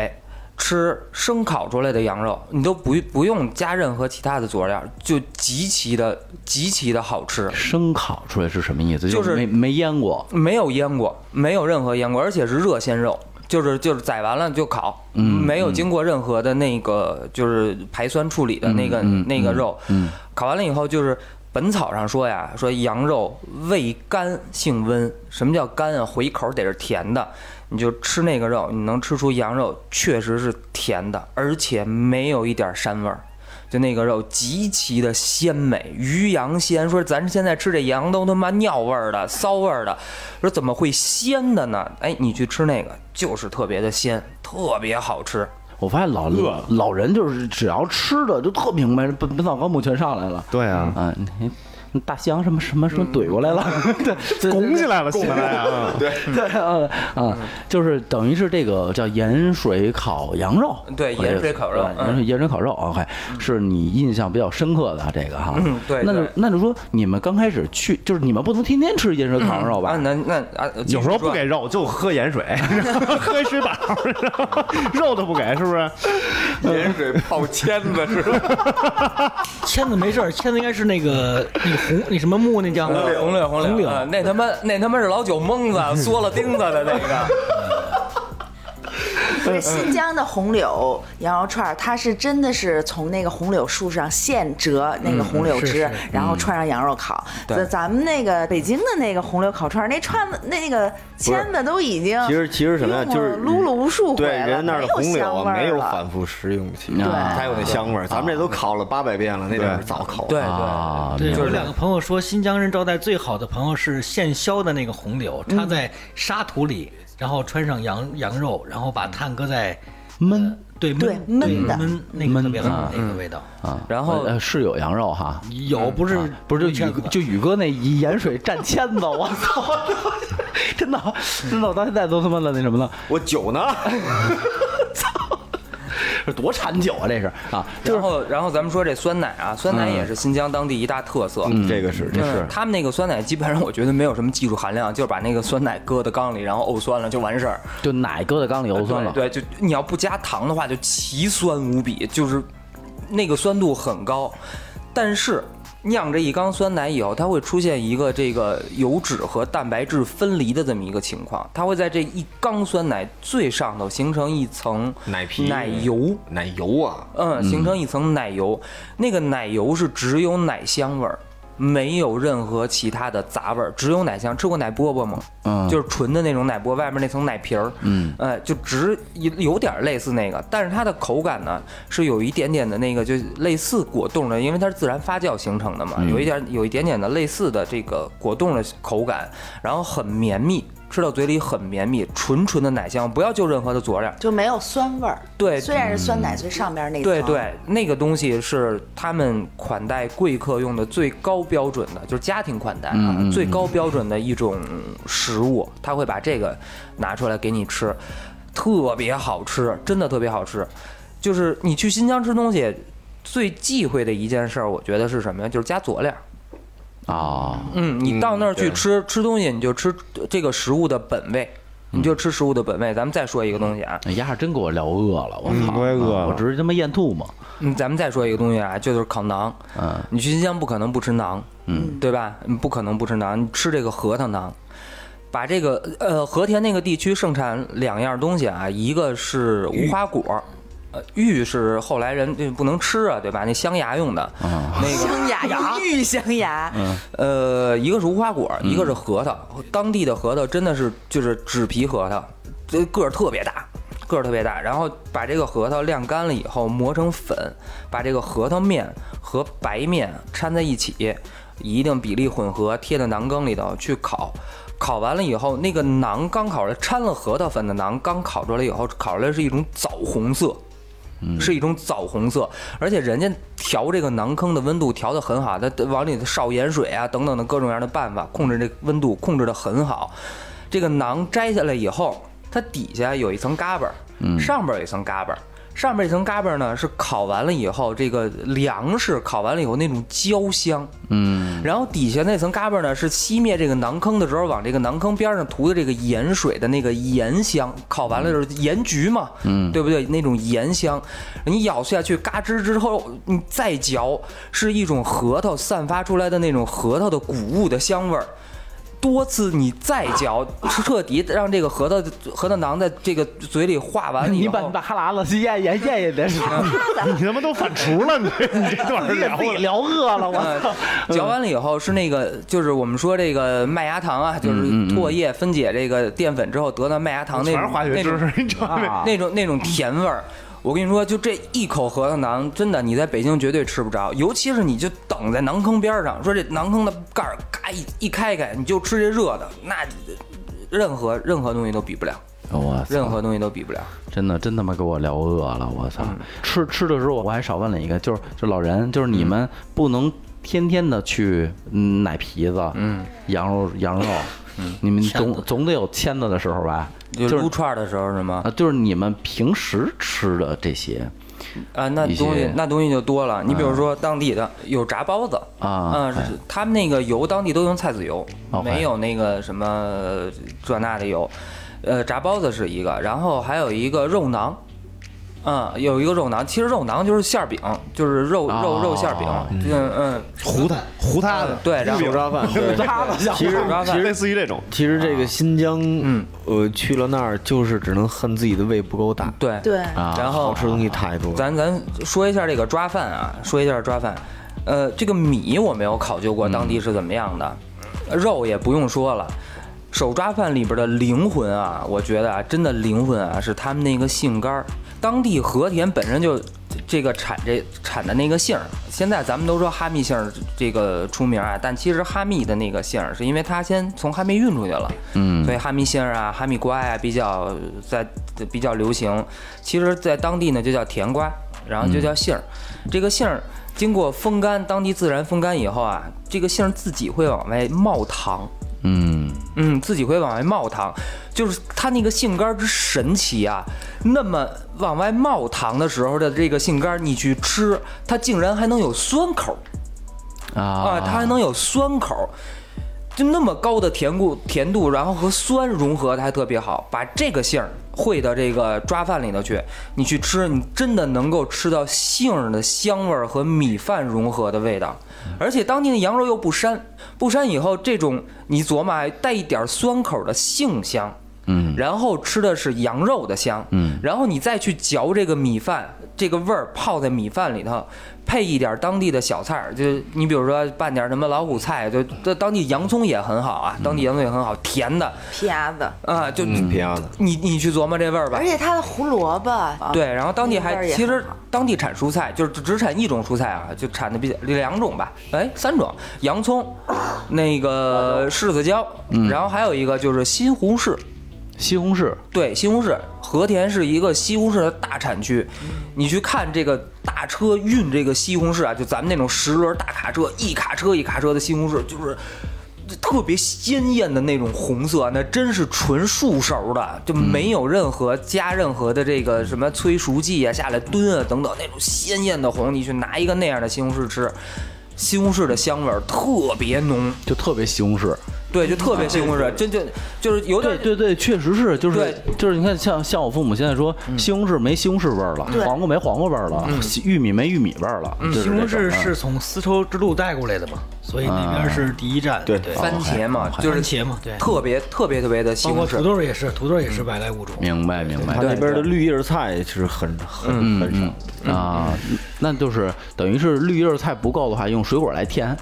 Speaker 2: 吃生烤出来的羊肉，你都不不用加任何其他的佐料，就极其的极其的好吃。
Speaker 1: 生烤出来是什么意思？
Speaker 2: 就是
Speaker 1: 没没腌过，
Speaker 2: 没有腌过，没有任何腌过，而且是热鲜肉，就是就是宰完了就烤，没有经过任何的那个就是排酸处理的那个、那个肉，烤完了以后就是。本草上说呀，说羊肉味甘性温。什么叫甘啊？回口得是甜的。你就吃那个肉，你能吃出羊肉确实是甜的，而且没有一点膻味儿。就那个肉极其的鲜美，鱼羊鲜。说咱现在吃这羊都他妈尿味儿的、骚味儿的，说怎么会鲜的呢？哎，你去吃那个，就是特别的鲜，特别好吃。
Speaker 1: 我发现老老人就是只要吃的就特明白，本本草纲目全上来了。
Speaker 3: 对啊，
Speaker 1: 啊，你你大西洋什么什么什么怼过来了， 对对
Speaker 3: 拱起来了，现在啊，对，
Speaker 2: 嗯
Speaker 1: 对啊啊，就是等于是这个叫盐水烤羊肉，
Speaker 2: 对
Speaker 1: 我这
Speaker 2: 盐水烤肉
Speaker 1: 对
Speaker 2: 嗯
Speaker 1: 盐水盐水烤肉，OK，是你印象比较深刻的这个哈，
Speaker 2: 嗯对
Speaker 1: 那就
Speaker 2: 对
Speaker 1: 那就说你们刚开始去，就是你们不能天天吃盐水烤羊肉
Speaker 2: 啊，
Speaker 1: 吧？
Speaker 2: 那那啊，继续
Speaker 3: 有时候
Speaker 2: 说
Speaker 3: 不给肉就喝盐水，喝一水饱，肉都不给，是不是？
Speaker 2: 盐水泡签子是吧？
Speaker 4: 签子没事儿，签子应该是那个那个红那什么木那叫
Speaker 2: 嗯红柳红柳
Speaker 4: 红柳
Speaker 2: 啊那他妈那他妈是老酒蒙子缩了钉子的那个。
Speaker 5: 不是新疆的红柳羊肉串儿，它是真的是从那个红柳树上现折那个红柳
Speaker 4: 嗯是
Speaker 5: 枝，
Speaker 4: 是嗯
Speaker 5: 然后串上羊肉烤。咱咱们那个北京的那个红柳烤串儿，那串子那个签子都已经
Speaker 6: 其实其实什么呀，
Speaker 5: 用
Speaker 6: 就是
Speaker 5: 了撸了无数回
Speaker 6: 对
Speaker 5: 了
Speaker 6: 人那儿的红
Speaker 5: 没有
Speaker 6: 柳
Speaker 5: 香味
Speaker 6: 啊，
Speaker 5: 儿
Speaker 6: 没有
Speaker 5: 了
Speaker 6: 反复食用期，
Speaker 1: 对
Speaker 6: 才有那香味儿。咱们这都烤了八百遍了，那点
Speaker 3: 对
Speaker 6: 早烤了。
Speaker 2: 嗯对
Speaker 1: 啊，
Speaker 4: 对，
Speaker 1: 明
Speaker 4: 有
Speaker 1: 白
Speaker 4: 两个朋友说，新疆人招待最好的朋友是现削的那个红柳，插
Speaker 5: 嗯
Speaker 4: 在沙土里，然后穿上羊羊肉，然然后把炭搁在
Speaker 1: 焖
Speaker 4: 呃对焖
Speaker 5: 对焖的
Speaker 4: 焖那个特别好，那个味道。
Speaker 1: 啊
Speaker 2: 然后
Speaker 1: 呃是有羊肉哈。
Speaker 4: 有不是
Speaker 1: 不是就
Speaker 4: 签
Speaker 1: 宇
Speaker 4: 子
Speaker 1: 就宇哥那一盐水蘸签子，我操！ 真的真的，我到现在都他妈的那什么了，
Speaker 6: 我酒呢？
Speaker 1: 这多馋酒啊！这是啊，就是
Speaker 2: 然后然后咱们说这酸奶啊，酸奶也是新疆当地一大特色。嗯
Speaker 6: 这个是这
Speaker 2: 嗯，他们那个酸奶基本上我觉得没有什么技术含量，就是把那个酸奶搁到缸里，然后沤酸了就完事儿。
Speaker 1: 就奶搁在缸里油酸了，
Speaker 2: 呃对，对就你要不加糖的话，就奇酸无比，就是那个酸度很高。但是酿这一缸酸奶以后，它会出现一个这个油脂和蛋白质分离的这么一个情况，它会在这一缸酸奶最上头形成一层
Speaker 6: 奶皮
Speaker 2: 奶油。
Speaker 6: 奶油啊，
Speaker 2: 嗯，形成一层奶油，那个奶油是只有奶香味儿，没有任何其他的杂味儿，只有奶香。吃过奶饽饽吗？
Speaker 1: 嗯
Speaker 2: 就是纯的那种奶饽，外面那层奶皮儿，嗯，呃，就只有点类似那个，但是它的口感呢是有一点点的那个，就类似果冻的，因为它是自然发酵形成的嘛，有一点有一点点的类似的这个果冻的口感，然后很绵密。吃到嘴里很绵密，纯纯的奶香，不要就任何的佐料。
Speaker 5: 就没有酸味儿。
Speaker 2: 对
Speaker 5: 虽然是酸
Speaker 4: 嗯
Speaker 5: 奶最上边那层，
Speaker 2: 对对，那个东西是他们款待贵客用的最高标准的，就是家庭款待啊，最高标准的一种食物，他会把这个拿出来给你吃，特别好吃，真的特别好吃。就是你去新疆吃东西，最忌讳的一件事儿，我觉得是什么呀？就是加佐料。
Speaker 1: 啊，
Speaker 2: 嗯，你到那儿去
Speaker 6: 对
Speaker 2: 吃、吃东西，你就吃这个食物的本味，你就吃食物的本味。咱们再说一个东西啊，
Speaker 1: 那丫是真给我聊饿了，我
Speaker 3: 嗯
Speaker 1: 操，
Speaker 3: 我也饿
Speaker 1: 啊
Speaker 3: 了
Speaker 1: 我直接他妈咽吐沫，
Speaker 2: 嗯，咱们再说一个东西啊，就是烤馕。
Speaker 1: 嗯，
Speaker 2: 你去新疆不可能不吃馕，嗯，对吧？你不可能不吃馕，你吃这个核桃馕。把这个呃和田那个地区盛产两样东西啊，一个是无花果，呃玉是后来人这不能吃啊，对吧？那镶牙用的，那个
Speaker 5: 香 牙，洋芋香牙，
Speaker 2: 呃，一个是无花果，一个是核桃。当地的核桃真的是就是纸皮核桃，这个儿特别大，个儿特别大。然后把这个核桃晾干了以后磨成粉，把这个核桃面和白面掺在一起，以一定比例混合，贴到馕羹里头去烤。烤完了以后，那个馕刚烤出来，掺了核桃粉的馕刚烤出来以后，烤出来是一种枣红色。是一种枣红色，而且人家调这个馕坑的温度调得很好，它往里头烧盐水啊等等的各种各样的办法控制这个温度控制得很好。这个馕摘下来以后，它底下有一层嘎巴，嗯、上边有一层嘎巴。上边一层嘎巴呢是烤完了以后，这个粮食烤完了以后那种焦香，嗯，然后底下那层嘎巴呢是熄灭这个馕坑的时候，往这个馕坑边上涂的这个盐水的那个盐香，烤完了就是盐焗嘛，嗯，对不对？那种盐香，你咬下去嘎吱之后，你再嚼是一种核桃散发出来的那种核桃的谷物的香味儿。多次你再嚼，彻底让这个核桃核桃囊在这个嘴里化完了以
Speaker 1: 你
Speaker 2: 后
Speaker 1: 把你把哈喇子去咽咽咽咽点水，
Speaker 3: 你他妈都反刍了，你这你这段儿聊
Speaker 1: 自己
Speaker 3: 的。
Speaker 1: 聊饿了，我操！
Speaker 2: 嗯，嚼完了以后是那个，就是我们说这个麦芽糖啊，就是
Speaker 1: 嗯
Speaker 2: 唾液分解这个淀粉之后得到麦芽糖那
Speaker 3: 全是
Speaker 2: 种
Speaker 3: 化学
Speaker 2: 那
Speaker 3: 知
Speaker 2: 种
Speaker 3: 识，你知道吗？
Speaker 1: 啊
Speaker 2: 那种那种甜味儿。我跟你说，就这一口核桃囊，真的你在北京绝对吃不着，尤其是你就等在馕坑边儿上，说这馕坑的盖儿咔一一开开，你就吃这热的，那任何任何东西都比不了，
Speaker 1: 哎我操！
Speaker 2: 任何东西都比不了。
Speaker 1: 真的真他妈给我聊饿了，我操！
Speaker 2: 嗯
Speaker 1: 吃吃的时候我还少问了一个，就是就老人，就是
Speaker 2: 嗯
Speaker 1: 你们不能天天的去嗯奶皮子，嗯，羊肉羊肉，嗯，你们总总得有签子的时候吧？
Speaker 2: 就
Speaker 1: 就是
Speaker 2: 撸串儿的时候是吗
Speaker 1: 啊？，就是你们平时吃的这些，
Speaker 2: 啊，那
Speaker 1: 一
Speaker 2: 东西
Speaker 1: 些嗯
Speaker 2: 那东西就多了。你比如说当地的有炸包子
Speaker 1: 啊
Speaker 2: 嗯
Speaker 1: 哎哦
Speaker 2: 他们那个油当地都用菜籽油，
Speaker 1: OK
Speaker 2: 没有那个什么这那的油。呃，炸包子是一个，然后还有一个肉囊，嗯，有一个肉囊，其实肉囊就是馅儿饼，就是肉肉肉馅儿饼
Speaker 1: 哦，
Speaker 2: 嗯嗯，
Speaker 4: 糊它，
Speaker 3: 糊他
Speaker 2: 嗯
Speaker 3: 的，
Speaker 2: 对，然后
Speaker 6: 抓饭。
Speaker 2: 其实
Speaker 3: 其实类似于这种，
Speaker 6: 其实这个新疆，
Speaker 2: 嗯，
Speaker 6: 呃，去了那儿就是只能恨自己的胃不够大，
Speaker 2: 对，
Speaker 5: 对，
Speaker 1: 啊
Speaker 2: 然后
Speaker 6: 好吃东西太多了。
Speaker 2: 咱咱说一下这个抓饭啊，说一下抓饭。呃，这个米我没有考究过当地是怎么样的，肉也不用说了。手抓饭里边的灵魂啊，我觉得啊，真的灵魂啊，是他们那个杏干儿。当地和田本身就这个产这产的那个杏儿，现在咱们都说哈密杏儿这个出名啊，但其实哈密的那个杏儿是因为它先从哈密运出去了，
Speaker 1: 嗯
Speaker 2: 所以哈密杏儿啊、哈密瓜呀、比较在比较流行。其实，在当地呢就叫甜瓜，然后就叫杏儿。这个杏儿经过风干，当地自然风干以后啊，这个杏儿自己会往外冒糖。
Speaker 1: 嗯，
Speaker 2: 嗯，自己会往外冒糖，就是它那个杏干儿之神奇啊！那么往外冒糖的时候的这个杏干儿，你去吃，它竟然还能有酸口儿
Speaker 1: 啊
Speaker 2: 啊，它还能有酸口儿，就那么高的甜固甜度，然后和酸融合的还特别好，把这个杏儿烩到这个抓饭里头去，你去吃，你真的能够吃到杏儿的香味儿和米饭融合的味道，而且当地的羊肉又不膻，不膻以后这种你琢磨啊带一点儿酸口儿的杏香。
Speaker 1: 嗯
Speaker 2: 然后吃的是羊肉的香，
Speaker 1: 嗯，
Speaker 2: 然后你再去嚼这个米饭，这个味儿泡在米饭里头，配一点当地的小菜儿，就你比如说拌点什么老虎菜，就这当地洋葱也很好
Speaker 1: 嗯
Speaker 2: 啊，当地洋葱也很好，甜的
Speaker 5: 啪子，
Speaker 2: 啊，就
Speaker 1: 嗯
Speaker 6: 别样的，
Speaker 2: 你你去琢磨这味儿吧
Speaker 5: 而。且它的胡萝卜，啊
Speaker 2: 对，然后当地
Speaker 5: 哎那边
Speaker 2: 还
Speaker 5: 儿也
Speaker 2: 其实
Speaker 5: 很好
Speaker 2: 当地产蔬菜，就是只只产一种蔬菜啊，就产的比较两种吧，哎，三种，洋葱，那
Speaker 1: 嗯
Speaker 2: 个柿子椒，然后还有一个就是西红柿，
Speaker 1: 西红柿
Speaker 2: 对，西红柿，和田是一个西红柿的大产区。你去看这个大车运这个西红柿啊，就咱们那种十轮大卡车，一卡车一卡车的西红柿，就是特别鲜艳的那种红色，啊那真是纯树熟的，就没有任何加任何的这个什么催熟剂啊、下来炖啊等等那种鲜艳的红。你去拿一个那样的西红柿吃，西红柿的香味儿特别浓，
Speaker 1: 就特别西红柿，
Speaker 2: 对，就特别西红柿，真就就是有点
Speaker 1: 对对对，确实是，就是
Speaker 2: 对
Speaker 1: 就是，你看像像我父母现在说，西红柿没西红柿味儿了，黄瓜没黄瓜味儿了，玉米没玉米味儿了，就是
Speaker 4: 西红
Speaker 1: 这种
Speaker 4: 柿是从丝绸之路带过来的嘛，所以那边是第一站。
Speaker 6: 对
Speaker 4: 对，
Speaker 2: 番茄嘛，就
Speaker 4: 哦
Speaker 2: 是
Speaker 4: 番茄嘛，对，
Speaker 2: 特别特别特别的西
Speaker 4: 包括
Speaker 2: 红柿，
Speaker 4: 土豆也是，土豆也是外来物种。
Speaker 1: 明白明白
Speaker 6: 它那边的绿叶菜是很很很少。
Speaker 1: 啊，那就是等于是绿叶菜不够的话，用水果来填。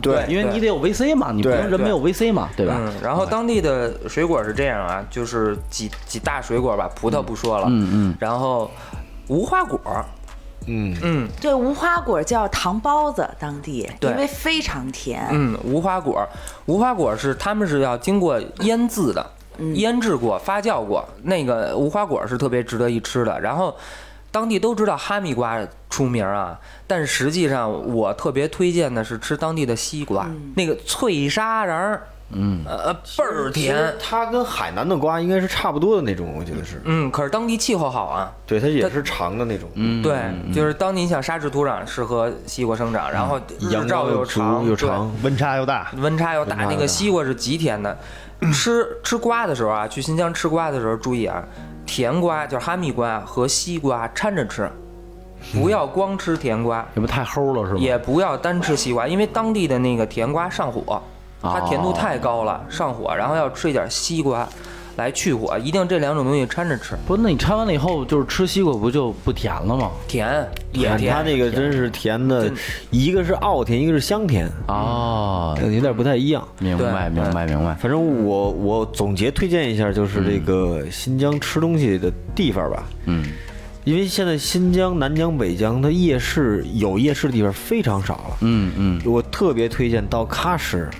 Speaker 2: 对
Speaker 1: 因为你得有 VC 嘛，你不能人没有 VC 嘛，对吧？
Speaker 2: 嗯，然后当地的水果是这样啊，就是几几大水果吧，葡萄不说了，
Speaker 1: 嗯嗯
Speaker 2: 然后无花果，
Speaker 6: 嗯，
Speaker 2: 嗯
Speaker 5: 对，无花果叫糖包子，当地
Speaker 2: 对
Speaker 5: 因为非常甜。
Speaker 2: 嗯，无花果，无花果是他们是要经过腌制的，
Speaker 6: 嗯
Speaker 2: 腌制过、发酵过，那个无花果是特别值得一吃的。然后当地都知道哈密瓜出名啊，但实际上我特别推荐的是吃当地的西瓜，
Speaker 6: 嗯
Speaker 2: 那个脆沙瓤儿，嗯，呃，倍儿
Speaker 6: 其
Speaker 2: 甜
Speaker 6: 实。它跟海南的瓜应该是差不多的那种，我觉得是。
Speaker 2: 嗯，可是当地气候好啊，
Speaker 6: 对，它也是长的那种。嗯，
Speaker 2: 对，就是当你想沙质土壤适合西瓜生长，然后日
Speaker 6: 阳
Speaker 2: 照
Speaker 6: 光
Speaker 2: 又
Speaker 6: 足
Speaker 2: 长，
Speaker 6: 嗯又
Speaker 2: 对
Speaker 6: 长，
Speaker 3: 温差又大，
Speaker 2: 温差又大，
Speaker 6: 温差又
Speaker 2: 那个
Speaker 6: 大
Speaker 2: 西瓜是极甜的。
Speaker 6: 嗯
Speaker 2: 吃吃瓜的时候啊，去新疆吃瓜的时候注意啊，甜瓜就是哈密瓜和西瓜掺着吃，
Speaker 6: 嗯
Speaker 2: 不要光吃甜瓜，
Speaker 1: 这不太齁了是吗？
Speaker 2: 也不要单吃西瓜，因为当地的那个甜瓜上火。它甜度
Speaker 1: 哦
Speaker 2: 太高了，上火，然后要吃一点西瓜来去火，一定这两种东西掺着吃，
Speaker 1: 不是，那你掺完了以后，就是吃西瓜不就不甜了吗？
Speaker 2: 甜也
Speaker 6: 看
Speaker 2: 甜。
Speaker 6: 它那个真是甜的
Speaker 2: 真，
Speaker 6: 一个是奥甜，一个是香甜，
Speaker 1: 哦，
Speaker 6: 有点不太一样。
Speaker 1: 明白，
Speaker 2: 对
Speaker 1: 明白，明白。
Speaker 6: 反正我我总结推荐一下，就是这个新疆吃东西的地方吧。
Speaker 1: 嗯，
Speaker 6: 因为现在新疆、南疆、北疆，它夜市有夜市的地方非常少了。
Speaker 1: 嗯嗯，
Speaker 6: 我特别推荐到喀什，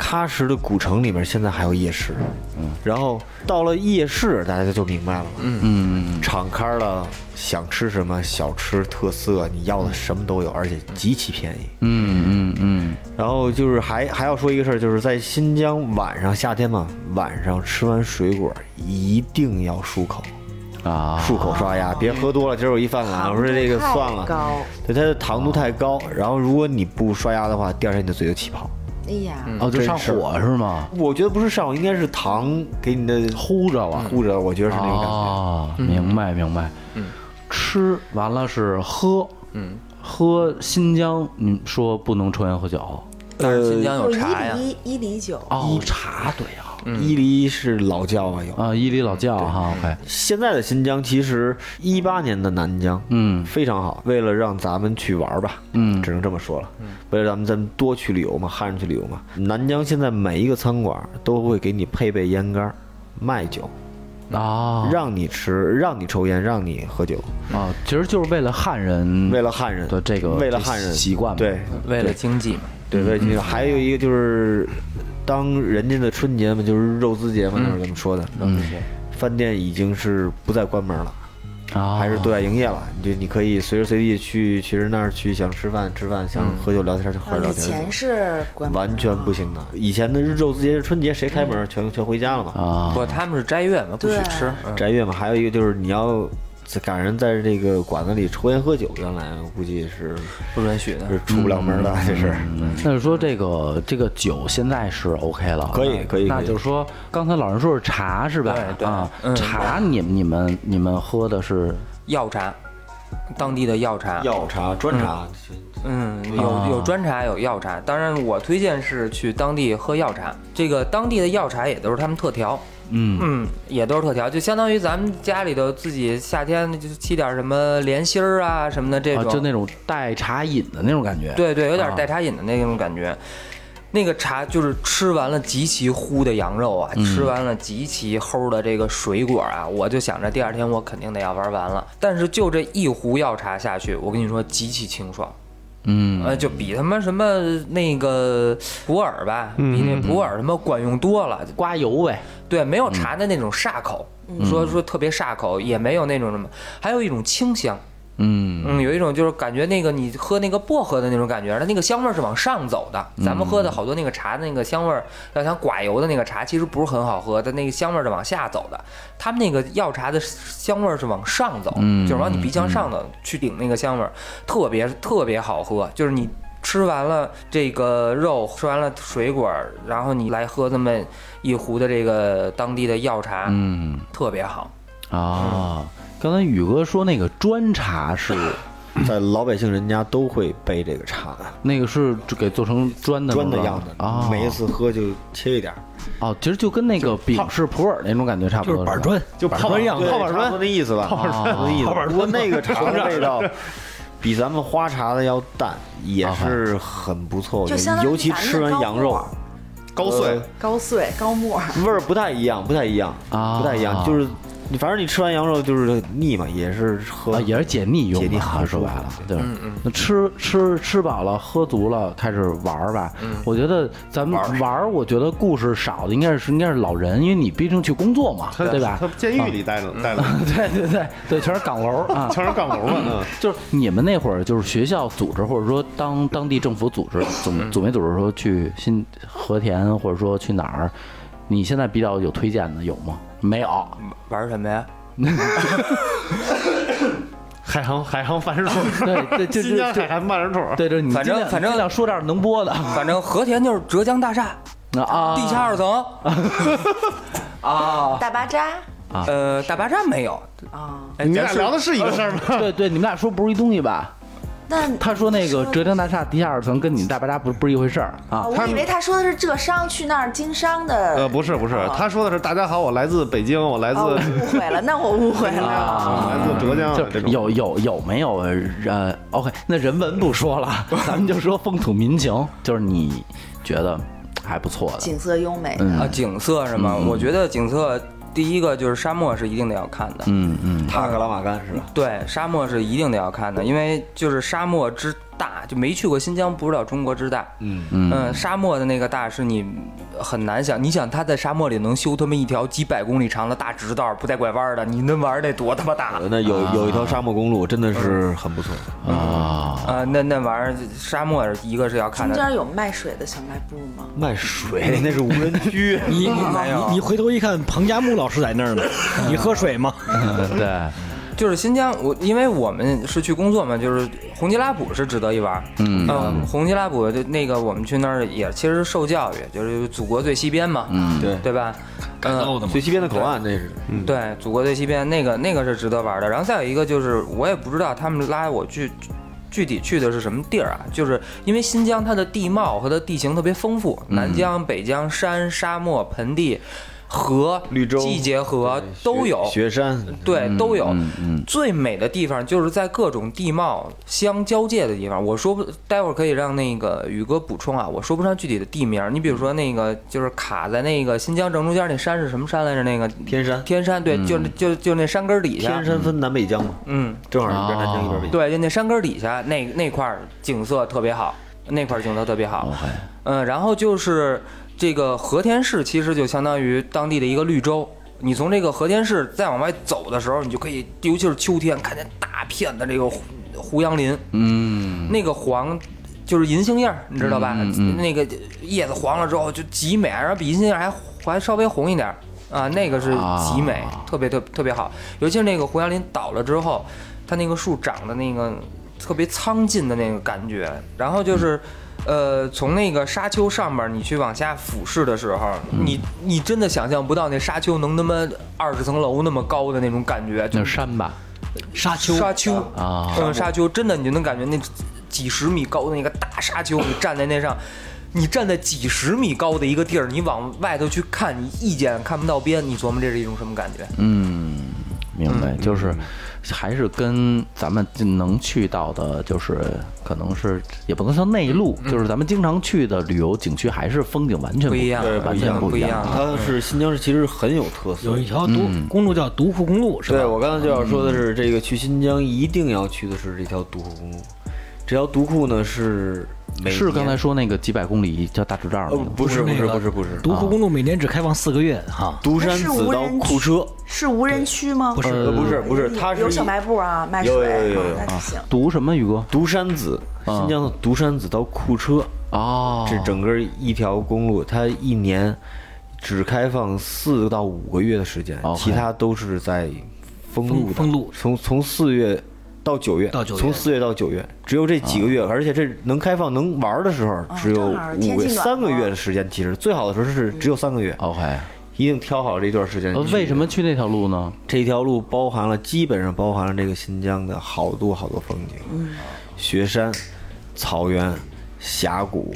Speaker 6: 喀什的古城里面现在还有夜市。嗯，然后到了夜市，大家就明白了嘛。嗯嗯，敞开了，想吃什么小吃特色，你要的什么都有，而且极其便宜。
Speaker 1: 嗯嗯嗯，
Speaker 6: 然后就是还还要说一个事儿，就是在新疆晚上夏天嘛，晚上吃完水果一定要漱口，
Speaker 1: 啊，
Speaker 6: 漱口刷牙，别喝多了。今儿我一犯懒，我说这个
Speaker 5: 糖度太
Speaker 6: 算了，
Speaker 5: 高
Speaker 6: 对它的糖度太高。然后如果你不刷牙的话，第二天你的嘴就起泡。
Speaker 5: 哎呀，
Speaker 1: 哦，就
Speaker 6: 真
Speaker 1: 上
Speaker 6: 是
Speaker 1: 火是吗？
Speaker 6: 我觉得不是上火，应该是糖给你的
Speaker 1: 呼着了，
Speaker 6: 护着，我觉得是那种感觉。
Speaker 1: 哦，明白明白。嗯，吃完了是喝，嗯，喝新疆，你说不能抽烟喝酒。
Speaker 2: 但是新疆有
Speaker 5: 呃有一
Speaker 2: 茶呀，
Speaker 5: 比一一比九，
Speaker 1: 哦，茶对啊，
Speaker 6: 伊犁是老窖啊，有。
Speaker 1: 啊，伊犁老窖哈，OK，
Speaker 6: 现在的新疆其实一八年的南疆，
Speaker 1: 嗯
Speaker 6: 非常好。为了让咱们去玩儿吧，
Speaker 1: 嗯
Speaker 6: 只能这么说了。为了咱们咱们多去旅游嘛，汉人去旅游嘛，南疆现在每一个餐馆都会给你配备烟杆儿，卖酒，
Speaker 1: 啊
Speaker 6: 让你吃，让你抽烟，让你喝酒。
Speaker 1: 啊，其实就是为了汉人，
Speaker 6: 为了汉人
Speaker 1: 的嗯这个
Speaker 6: 为了汉人
Speaker 1: 习惯嘛嗯
Speaker 6: 对
Speaker 2: 为了经济嘛。
Speaker 6: 对对，就是还有一个就是，当人家的春节嘛，就是肉丝节嘛，那是怎么说的？嗯，饭店已经是不再关门了。
Speaker 1: 啊，
Speaker 6: 还是对外营业了，你就你可以随时随地去去人那儿去，想吃饭吃饭，想喝酒聊天就喝
Speaker 5: 啊
Speaker 6: 酒聊
Speaker 5: 以
Speaker 6: 天
Speaker 5: 前，是关门
Speaker 6: 完全不行的。以前的肉丝节、春节谁开
Speaker 5: 嗯
Speaker 6: 门？全全回家了嘛。
Speaker 1: 啊
Speaker 2: 不，他们是斋月嘛，不许
Speaker 5: 对
Speaker 2: 吃。嗯
Speaker 6: 斋月嘛，还有一个就是你要在赶上在这个馆子里抽烟喝酒，原来我估计是
Speaker 2: 不允许的
Speaker 6: 是出不了门的， 这是。嗯
Speaker 1: 那就说这个这个酒现在是 OK 了，
Speaker 6: 可以
Speaker 1: 那
Speaker 6: 可以
Speaker 1: 那
Speaker 6: 可以
Speaker 1: 就是说，刚才老人说是茶是吧？
Speaker 2: 对对
Speaker 1: 啊，
Speaker 2: 嗯
Speaker 1: 茶你们你们你们喝的是
Speaker 2: 药茶，当地的药茶。
Speaker 6: 药茶、砖茶，
Speaker 2: 嗯，
Speaker 1: 啊
Speaker 2: 有有砖茶，有药茶。当然，我推荐是去当地喝药茶。这个当地的药茶也都是他们特调。
Speaker 1: 嗯
Speaker 2: 嗯，也都是特调，就相当于咱们家里头自己夏天就沏点什么莲心儿啊什么的这
Speaker 1: 啊，
Speaker 2: 种，
Speaker 1: 就那种带茶饮的那种感觉。，
Speaker 2: 对对，有点
Speaker 1: 啊
Speaker 2: 带茶饮的那种感觉。那个茶就是吃完了极其糊的羊肉
Speaker 1: 嗯
Speaker 2: 啊，吃完了极其齁的这个水果啊，我就想着第二天我肯定得要玩完了。但是就这一壶药茶下去，我跟你说极其清爽，
Speaker 1: 嗯
Speaker 2: 呃，就比他妈什么那个普洱吧，
Speaker 1: 嗯
Speaker 2: 比那普洱他妈管用多了。
Speaker 1: 刮油呗，
Speaker 2: 对，没
Speaker 1: 嗯
Speaker 2: 有茶的那种煞口，说说特别煞口，也没有那种什么，还有一种清香。
Speaker 1: 嗯
Speaker 2: 嗯，有一种就是感觉那个你喝那个薄荷的那种感觉，它那个香味儿是往上走的。咱
Speaker 1: 嗯
Speaker 2: 们喝的好多那个茶的那个香味儿，要想寡油的那个茶其实不是很好喝，它那个香味儿是往下走的。他们那个药茶的香味儿是往上走，
Speaker 1: 嗯
Speaker 2: 就是往你鼻腔上走、去顶那个香味儿，特别特别好喝。就是你吃完了这个肉，吃完了水果儿，然后你来喝这么一壶的这个当地的药茶，
Speaker 1: 嗯
Speaker 2: 特别好。
Speaker 1: 啊。刚才宇哥说那个砖茶是
Speaker 6: 在老百姓人家都会备这个茶，
Speaker 1: 那个是就给做成砖的
Speaker 6: 砖的
Speaker 1: 那种
Speaker 6: 样
Speaker 1: 啊
Speaker 6: 子，，每一次喝就切一点儿。
Speaker 1: 哦，其实就跟那个饼是普洱那种感觉差不多，
Speaker 4: 就是板
Speaker 1: 吧
Speaker 4: 砖，
Speaker 3: 就
Speaker 4: 板
Speaker 3: 泡
Speaker 4: 砖
Speaker 3: 泡
Speaker 4: 样子啊
Speaker 3: 对，
Speaker 6: 泡泡砖的意思吧，泡
Speaker 1: 泡砖
Speaker 6: 的意思。
Speaker 4: 泡泡砖
Speaker 6: 不过那 个茶的味道比咱们花茶的要淡，
Speaker 4: 啊
Speaker 6: 也是很不错，我觉
Speaker 5: 就相
Speaker 6: 得
Speaker 5: 当于
Speaker 6: 尤其吃完羊肉
Speaker 5: 咱们
Speaker 3: 高碎，
Speaker 5: 高碎高沫儿，
Speaker 6: 味儿不太一样，不太一样，
Speaker 1: 啊
Speaker 6: 不太一样，就是你反正你吃完羊肉就是腻嘛，也是
Speaker 1: 啊，
Speaker 6: 喝
Speaker 1: 也是解腻用
Speaker 6: 解腻
Speaker 1: 的
Speaker 6: 好
Speaker 1: 啊，
Speaker 6: 处
Speaker 1: 说白了，对吧
Speaker 2: 嗯嗯，
Speaker 1: 那吃吃吃饱了，喝足了，开始玩儿吧。我觉得咱们玩儿，我觉得故事少的应该是应该是老人，因为你毕竟去工作嘛，
Speaker 3: 他
Speaker 1: 对吧
Speaker 3: 他？监狱里待着待
Speaker 4: 嗯
Speaker 3: 着，
Speaker 1: 对对对对，全是岗楼啊。
Speaker 3: 全是杠楼
Speaker 6: 嗯
Speaker 3: 嘛，
Speaker 1: 就是你们那会儿，就是学校组织，或者说当当地政府组织，
Speaker 2: 嗯
Speaker 1: 总组没组织说去新和田，或者说去哪儿？你现在比较有推荐的有吗？没有，
Speaker 2: 玩什么呀？
Speaker 3: 海航海航办事 处，
Speaker 1: 对对就
Speaker 3: 新疆
Speaker 1: 就
Speaker 3: 海航办事处，
Speaker 1: 对对，你
Speaker 2: 反正
Speaker 1: 尽量
Speaker 2: 反正
Speaker 1: 尽量说点儿能播的
Speaker 2: 反正和田就是浙江大厦。
Speaker 1: 啊。
Speaker 2: 地下二层啊，
Speaker 5: 大巴扎
Speaker 2: 呃，大巴站没有，
Speaker 5: 啊，
Speaker 2: 哎
Speaker 3: 你
Speaker 2: 咱
Speaker 3: 俩
Speaker 2: 是
Speaker 3: 聊的是一个事儿吗？
Speaker 1: 对对，你们俩说不是一东西吧？
Speaker 5: 那
Speaker 1: 他说那个浙江大厦地下二层跟你们大白鲨不不是一回事儿啊
Speaker 5: 哦，我以为他说的是浙商去那儿经商的。
Speaker 3: 呃，不是不是，
Speaker 5: 哦
Speaker 3: 他说的是大家好，我来自北京，我来自
Speaker 5: 哦，我误会了，那我误会了。
Speaker 1: 啊
Speaker 3: 来自浙江
Speaker 1: 就
Speaker 3: 这种
Speaker 1: 有有有没有呃，OK，那人文不说 了，咱们就说风土民情，就是你觉得还不错的，
Speaker 5: 景色优美，
Speaker 6: 嗯
Speaker 2: 啊，景色是吗？我觉得景色第一个就是沙漠是一定得要看的，
Speaker 1: 嗯嗯，
Speaker 6: 塔克拉玛干是吧？
Speaker 2: 对，沙漠是一定得要看的，因为就是沙漠之大，就没去过新疆不知道中国之大。嗯沙漠的那个大是你很难想，你想他在沙漠里能修他妈一条几百公里长的大直道，不带拐弯的，你那玩意儿得多他妈大
Speaker 6: 呃那有
Speaker 4: 啊
Speaker 6: 有一条沙漠公路，真的
Speaker 4: 嗯
Speaker 6: 是很不错的。
Speaker 1: 啊，
Speaker 2: 啊、那那玩意儿，沙漠一个是要看
Speaker 5: 中
Speaker 2: 的，
Speaker 5: 间有卖水的小卖部吗？
Speaker 6: 卖水那是无人 区，
Speaker 4: 你你
Speaker 2: 没有
Speaker 4: 你你回头一看，彭加木老师在那儿呢，你喝水吗？
Speaker 1: 嗯对，
Speaker 2: 就是新疆，我因为我们是去工作嘛，就是红吉拉卜是值得一玩。
Speaker 1: 嗯
Speaker 2: 红吉拉卜就那个我们去那儿也其实受教育，就是祖国最西边嘛，
Speaker 1: 嗯
Speaker 6: 对
Speaker 2: 对吧？
Speaker 4: 改
Speaker 2: 嗯
Speaker 4: 造的嘛
Speaker 6: 最。西边的口岸那是。
Speaker 2: 对，祖国最西边那个那个是值得玩的。然后再有一个就是，我也不知道他们拉我去具体去的是什么地儿啊，就是因为新疆它的地貌和它地形特别丰富，
Speaker 1: 嗯
Speaker 2: 南疆、北疆、山、沙漠、盆地、河、
Speaker 6: 绿洲
Speaker 2: 季节河都有。
Speaker 6: 雪山，
Speaker 2: 对，都有。
Speaker 1: 嗯嗯
Speaker 2: 最美的地方就是在各种地貌相交界的地方。我说不，待会儿可以让那个宇哥补充啊。我说不上具体的地名儿，你比如说那个就是卡在那个新疆正中间那山是什么山来着？那个
Speaker 6: 天 山，
Speaker 2: 天山，对，就就就那山根儿底下
Speaker 6: 天，山分南北疆嘛，
Speaker 2: 嗯，
Speaker 6: 正好一边南疆一边北疆。
Speaker 2: 对，就那山根儿底下那那块儿景色特别好，那块儿景色特别好。
Speaker 1: ，OK，
Speaker 2: 嗯，然后就是这个和田市，其实就相当于当地的一个绿洲。你从这个和田市再往外走的时候，你就可以，尤其是秋天，看见大片的这个胡胡杨林，
Speaker 1: 嗯
Speaker 2: 那个黄就是银杏叶儿，你知道吧？
Speaker 1: 嗯嗯嗯
Speaker 2: 那个叶子黄了之后就极美，然后比银杏叶儿还还稍微红一点儿啊，那个是极美，
Speaker 1: 啊
Speaker 2: 特别特特别好。尤其是那个胡杨林倒了之后，它那个树长的那个特别苍劲的那个感觉，然后就是。
Speaker 1: 嗯
Speaker 2: 呃，从那个沙丘上面你去往下俯视的时候，
Speaker 1: 嗯
Speaker 2: 你你真的想象不到那沙丘能他妈二十层楼那么高的那种感觉，就
Speaker 1: 那是山吧，
Speaker 4: 沙丘，
Speaker 2: 沙丘
Speaker 1: 啊
Speaker 2: 嗯，沙丘真的你就能感觉那几几十米高的那个大沙丘，你站在那上，你站在几十米高的一个地儿，你往外头去看，你一眼看不到边，你琢磨这是一种什么感觉？
Speaker 1: 嗯，明白，就是还是跟咱们就能去到的，就是可能是也不能叫内陆，就是咱们经常去的旅游景区，还是风景完全
Speaker 2: 不一样，
Speaker 1: 完全
Speaker 2: 不
Speaker 1: 一
Speaker 2: 一样。
Speaker 6: 它是新疆是其实很有特色
Speaker 4: 有一。条独公路叫独库公路，是吧？
Speaker 6: 对我刚才就要说的是，这个去新疆一定要去的是这条独库公路。这条独库呢是每
Speaker 1: 是刚才
Speaker 6: 年
Speaker 1: 说那个几百公里叫大直道
Speaker 6: 呃
Speaker 1: 那个吗，
Speaker 6: 不是不
Speaker 4: 那
Speaker 6: 是
Speaker 4: 个
Speaker 6: 不是不是，
Speaker 4: 独库公路每年只开放四个月哈。
Speaker 6: 独山
Speaker 5: 那是
Speaker 6: 紫
Speaker 5: 无
Speaker 6: 刀
Speaker 5: 人
Speaker 6: 库车，
Speaker 5: 是无人区吗？不
Speaker 4: 不是
Speaker 6: 呃不是不是，它是
Speaker 5: 有
Speaker 6: 一
Speaker 5: 小卖部啊，卖水
Speaker 6: 有有有有有
Speaker 5: 啊那就行。
Speaker 1: 读什么宇哥？
Speaker 6: 独山紫，
Speaker 1: 啊
Speaker 6: 新疆的独山紫到库车，
Speaker 1: 哦，
Speaker 6: 这整个一条公路，它一年只开放四到五个月的时间，
Speaker 1: OK
Speaker 6: 其他都是在封路的。
Speaker 4: 封封路
Speaker 6: 从从四月到九月，
Speaker 4: 到九月
Speaker 6: 从四月到九月，只有这几个月，而且这能开放能玩的时候，只有
Speaker 5: 哦正好
Speaker 6: 五
Speaker 5: 天
Speaker 6: 个
Speaker 5: 气暖
Speaker 6: 三个
Speaker 5: 和
Speaker 6: 月的时间。其实最好的时候是只有三个月，
Speaker 1: OK，
Speaker 6: 一定挑好这段时间
Speaker 1: 哦呃。为什么去那条路呢？
Speaker 6: 这条路包含了基本上包含了这个新疆的好多好多风景，
Speaker 5: 嗯
Speaker 6: 雪山、草原、峡谷、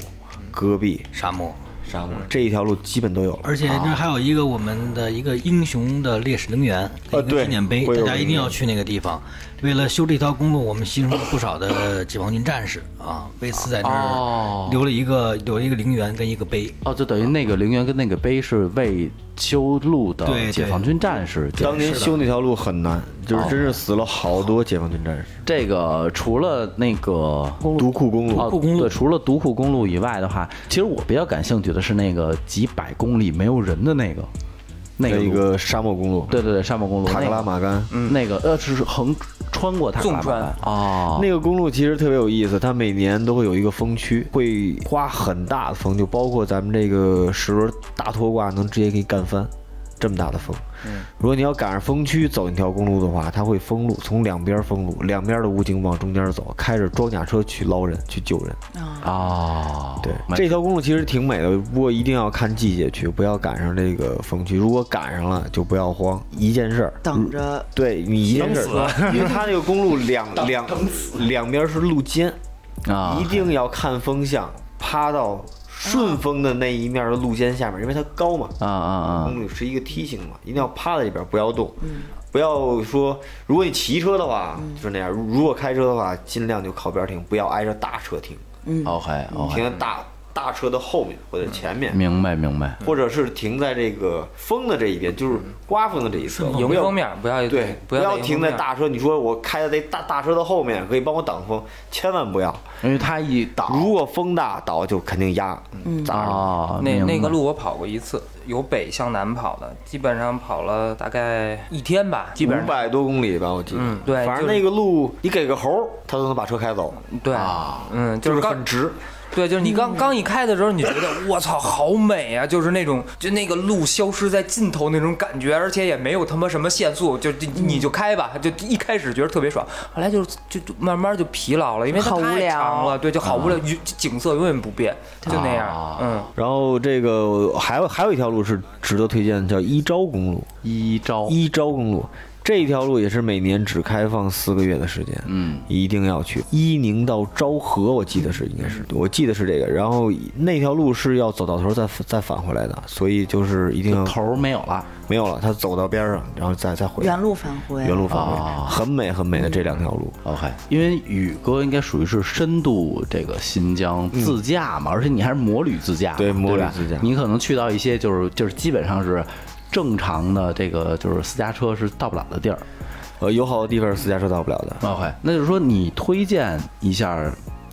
Speaker 6: 戈壁、
Speaker 4: 沙漠。
Speaker 6: 沙漠，这一条路基本都有了。
Speaker 4: 而且
Speaker 1: 啊
Speaker 4: 那儿还有一个我们的一个英雄的烈士陵园，一
Speaker 6: 呃
Speaker 4: 个
Speaker 6: 对
Speaker 4: 纪念碑，
Speaker 6: 会有
Speaker 4: 大家一定要去那个地方。为了修这条公路，我们牺牲了不少的解放军战士啊，为此在那
Speaker 1: 哦
Speaker 4: 儿留了一个留了一个陵园跟一个碑。
Speaker 1: 哦，就等于那个陵园跟那个碑是为修路的
Speaker 4: 对
Speaker 1: 解放军战士建
Speaker 6: 当
Speaker 1: 的。
Speaker 6: 年修那条路很难，就是真是死了好多解放军战士。
Speaker 1: 这个除了那个
Speaker 6: 独库公
Speaker 1: 哦
Speaker 6: 路，
Speaker 4: 库公路
Speaker 1: 对，除了独库公路以外的话，其实我比较感兴趣的是那个几百公里没有人的那个，那
Speaker 6: 还
Speaker 1: 个
Speaker 6: 有一
Speaker 1: 路，
Speaker 6: 个沙漠公路，
Speaker 1: 对对对，沙漠公路，
Speaker 6: 塔克拉
Speaker 1: 那个
Speaker 6: 玛干。
Speaker 1: 那个呃是横穿过塔克拉玛
Speaker 2: 纵穿
Speaker 1: 干哦，
Speaker 6: 那个公路其实特别有意思，它每年都会有一个风区，会花很大的风，就包括咱们这个石轮大拖挂能直接给你干翻，这么大的风。如果你要赶上风区走那条公路的话，它会封路，从两边封路，两边的武警往中间走，开着装甲车去捞人，去救人。
Speaker 1: 哦，
Speaker 6: 对，
Speaker 1: 没
Speaker 6: 这条公路其实挺美的，不过一定要看季节去，不要赶上这个风区。如果赶上了，就不要慌，一件事儿，
Speaker 5: 等着
Speaker 6: 对你一件事
Speaker 2: 等
Speaker 6: 儿，因为它那个公路 两两两边是路肩，
Speaker 1: 啊
Speaker 6: 一，定要看风向，趴到
Speaker 5: 嗯
Speaker 6: 顺风的那一面的路肩下面，因为它高嘛，
Speaker 1: 啊啊啊，
Speaker 6: 公路是一个梯形嘛，一定要趴在里边，不要动。
Speaker 5: 嗯
Speaker 6: 不要说，如果你骑车的话就是那样，如如果开车的话，尽量就靠边停，不要挨着大车停。
Speaker 1: OK
Speaker 6: 停
Speaker 1: OK，
Speaker 6: 在大大车的后面或者前面，
Speaker 1: 明白明白，
Speaker 6: 或者是停在这个风的这一边，就是刮风的这一侧。
Speaker 2: 迎
Speaker 6: 不要
Speaker 2: 风面儿不要
Speaker 6: 对，
Speaker 2: 不
Speaker 6: 要
Speaker 2: 要迎
Speaker 6: 停
Speaker 2: 风
Speaker 6: 在
Speaker 2: 面儿
Speaker 6: 大车。你说我开在大大车的后面，可以帮我挡风，千万不要。
Speaker 1: 因为它一倒
Speaker 6: 如果风大倒就肯定压，砸上。
Speaker 1: 啊，
Speaker 2: 那
Speaker 1: 明白
Speaker 2: 那个路我跑过一次，由北向南跑的，基本上跑了大概一天吧，基本
Speaker 6: 五
Speaker 2: 上。
Speaker 6: 百多公里吧，我记得。
Speaker 2: 嗯对
Speaker 6: 反正
Speaker 2: 就是
Speaker 6: 那个路，你给个猴儿，他都能把车开走，
Speaker 2: 对，嗯，就是刚
Speaker 6: 很直。
Speaker 2: 对，就是你刚刚一开的时候，你觉得我操好美啊，就是那种就那个路消失在尽头那种感觉，而且也没有他妈什么限速，就就你就开吧，就一开始觉得特别爽，后来就就就慢慢就疲劳了，因为它
Speaker 5: 好无
Speaker 2: 太
Speaker 5: 聊
Speaker 2: 长了，对，就好无聊，景景色永远不变，就那样
Speaker 1: 啊，
Speaker 2: 嗯，
Speaker 6: 然后这个还有还有一条路是值得推荐的，叫一招公路。
Speaker 1: 一招
Speaker 6: 一招公路这一条路也是每年只开放四个月的时间，
Speaker 1: 嗯，
Speaker 6: 一定要去伊宁到昭和，我记得是应该是
Speaker 1: 嗯
Speaker 6: 我记得是这个，然后那条路是要走到头再再返回来的，所以就是一定要
Speaker 1: 头儿没有了，
Speaker 6: 没有了，它走到边上，然后再再回来
Speaker 5: 原路返回。
Speaker 6: 原路返回，
Speaker 1: 哦
Speaker 6: 很美很美的这两条路。
Speaker 1: OK，因为宇哥应该属于是深度这个新疆自驾嘛，而且你还是摩旅自驾嘛，
Speaker 6: 对
Speaker 1: 吧
Speaker 6: 摩旅自驾
Speaker 1: 你可能去到一些就是就是基本上是正常的这个就是私家车是到不了的地儿。
Speaker 6: 呃，有好多地方是私家车到不了的，
Speaker 1: OK，那就是说你推荐一下，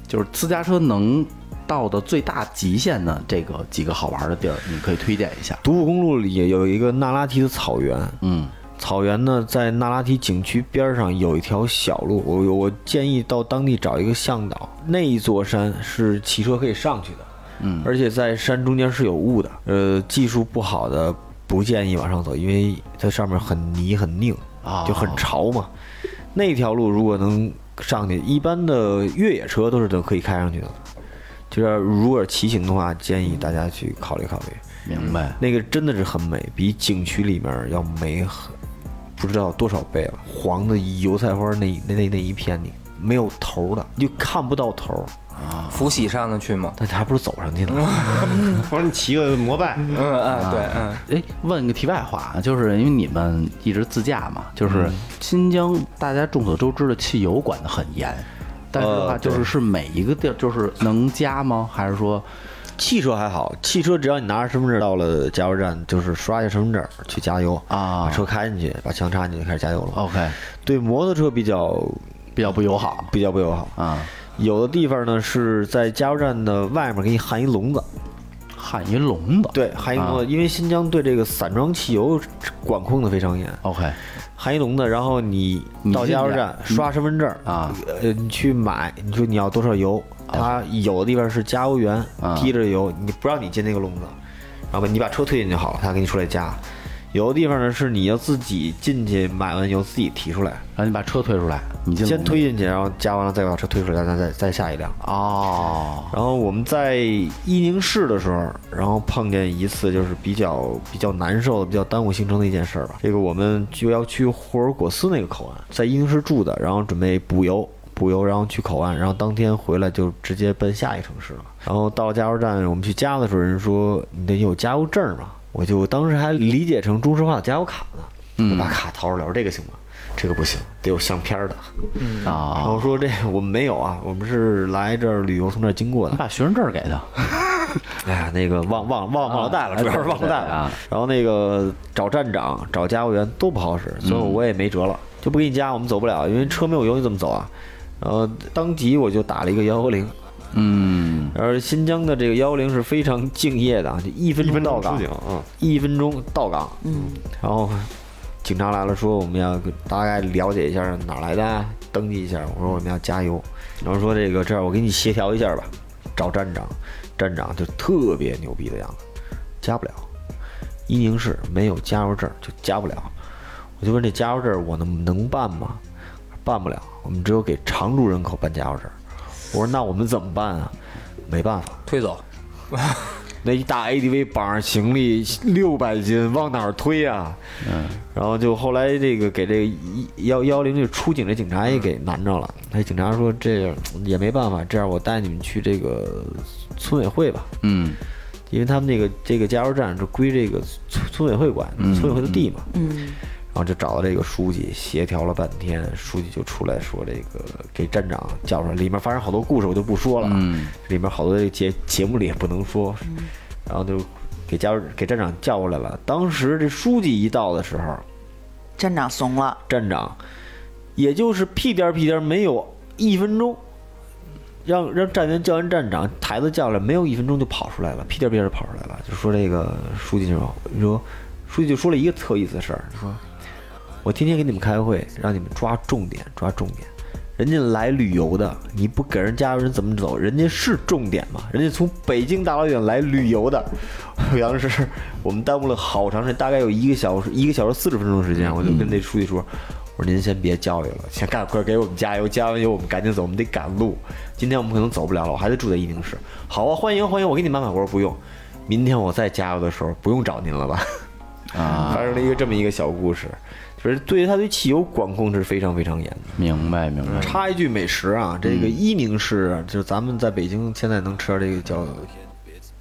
Speaker 1: 就是私家车能到的最大极限的这个几个好玩的地儿，你可以推荐一下。
Speaker 6: 独步公路里有一个那拉提的草原，
Speaker 1: 嗯，
Speaker 6: 草原呢，在那拉提景区边上有一条小路，我我建议到当地找一个向导。那一座山是骑车可以上去的，嗯，而且在山中间是有雾的，呃，技术不好的不建议往上走，因为它上面很泥很拧
Speaker 1: 哦
Speaker 6: 就很潮嘛。那条路如果能上去，一般的越野车都是都可以开上去的，就是如果骑行的话，建议大家去考虑考虑。
Speaker 1: 明白。
Speaker 6: 那个真的是很美，比景区里面要美很，不知道多少倍了。黄的油菜花那那那那一片你没有头儿的，你就看不到头儿，
Speaker 2: 伏羲上得去吗？
Speaker 6: 但还不如走上去呢。
Speaker 3: 或者你骑个摩拜，
Speaker 2: 嗯嗯，对，嗯。
Speaker 1: 哎，问个题外话，啊就是因为你们一直自驾嘛，
Speaker 6: 嗯
Speaker 1: 就是新疆大家众所周知的汽油管得很严，但是的话
Speaker 6: 呃
Speaker 1: 就是
Speaker 6: 对
Speaker 1: 是每一个地儿就是能加吗？还是说
Speaker 6: 汽车还好，汽车只要你拿着身份证到了加油站，就是刷一下身份证去加油
Speaker 1: 啊哦
Speaker 6: 把车开进去，把枪插进去开始加油了。
Speaker 1: OK
Speaker 6: 对摩托车比较
Speaker 1: 比较不友好
Speaker 6: 比较不友好，
Speaker 1: 啊？
Speaker 6: 有的地方呢是在加油站的外面给你焊一笼子，
Speaker 1: 焊一笼子，
Speaker 6: 对，焊一
Speaker 1: 啊
Speaker 6: 笼子，因为新疆对这个散装汽油管控的非常严。
Speaker 1: ，OK
Speaker 6: 含一笼子，然后你
Speaker 1: 你
Speaker 6: 到
Speaker 1: 进
Speaker 6: 加油
Speaker 1: 去嗯
Speaker 6: 站刷身份证
Speaker 1: 啊，哦
Speaker 6: 呃，你去买，你说你要多少油，他有的地方是加油员
Speaker 1: 啊
Speaker 6: 提着油，你不让你进那个笼子，然后你把车推进去好了，他给你出来加。有的地方呢是你要自己进去买完油自己提出来，
Speaker 1: 然后你把车推出来，你进笼
Speaker 6: 先
Speaker 1: 子
Speaker 6: 推进去，然后加完了再把车推出来，再再再下一辆。
Speaker 1: 哦，
Speaker 6: 然后我们在伊宁市的时候，然后碰见一次就是比较比较难受的、比较耽误行程的一件事儿吧。这个我们就要去霍尔果斯那个口岸，在伊宁市住的，然后准备补油，补油，然后去口岸，然后当天回来就直接奔下一城市了。然后到了加油站，我们去加的时候，人说你得有加油证儿嘛，我就当时还理解成中石化的加油卡呢，我把卡掏出来，我说这个行吗？这个不行，得有相片儿的。然
Speaker 1: 啊，
Speaker 6: 后说这我们没有啊，我们是来这儿旅游，从这儿经过的
Speaker 1: 你。把学生证给他，
Speaker 6: 哎呀，那个忘忘忘忘了带了，
Speaker 1: 啊
Speaker 6: 主要是
Speaker 1: 对
Speaker 6: 忘了带
Speaker 1: 对啊
Speaker 6: 了。然后那个找站长、找加油员都不好使，
Speaker 1: 嗯
Speaker 6: 最后我也没辙了，就不给你加，我们走不了，因为车没有油，你怎么走啊？然后当即我就打了一个幺幺零，
Speaker 1: 嗯，
Speaker 6: 而新疆的这个幺幺零是非常敬业的啊，就一分
Speaker 3: 一
Speaker 6: 钟
Speaker 3: 分
Speaker 6: 到
Speaker 3: 钟出
Speaker 6: 岗
Speaker 3: 警，，嗯，
Speaker 6: 一分钟到岗。嗯，然后警察来了，说我们要大概了解一下哪儿来的啊，登记一下。我说我们要加油，然后说这个这样我给你协调一下吧，找站长，站长就特别牛逼的样子，加不了。伊宁市没有加油证，就加不了。我就问这加油证我能能办吗？办不了，我们只有给常住人口办加油证。我说那我们怎么办啊？没办法，
Speaker 2: 推走。
Speaker 6: 那一大 ADV 绑上行李六百斤，往哪儿推啊？嗯，然后就后来这个给这个幺幺零这出警这警察也给难着了。那警察说这样也没办法，这样我带你们去这个村委会吧，
Speaker 1: 嗯
Speaker 6: 因为他们那个这个加油站是归这个村村委会管，村委会的地嘛。
Speaker 5: 嗯，
Speaker 6: 然后就找到这个书记，协调了半天，书记就出来说这个给站长叫出来，里面发生好多故事，我就不说了，啊
Speaker 1: 嗯，
Speaker 6: 里面好多这个节节目里也不能说，然后就给加入给站长叫过来了。当时这书记一到的时候，
Speaker 5: 站长怂了，
Speaker 6: 站长也就是屁颠儿屁颠儿，没有一分钟，让让站员叫完站长，台子叫来，没有一分钟就跑出来了，屁颠儿屁颠儿跑出来了，就说这个书记就说，你说书记就说了一个特有意思的事儿，说我天天给你们开会，让你们抓重点，抓重点。人家来旅游的，你不给人加油，人怎么走？人家是重点嘛，人家从北京大老远来旅游的。我当时我们耽误了好长时间，大概有一个小时，一个小时四十分钟的时间，我就跟那书记说：“我说您先别教育了，先赶快给我们加油，加完油我们赶紧走，我们得赶路。今天我们可能走不了了，我还得住在伊宁市。好啊，欢迎欢迎，我给你满满。”我说不用，明天我再加油的时候不用找您了吧？
Speaker 1: 啊，
Speaker 6: 发生了一个这么一个小故事，就是对于他对汽油管控是非常非常严的。
Speaker 1: 明白明白，
Speaker 6: 插一句美食啊，这个伊宁市啊就是咱们在北京现在能吃到这个叫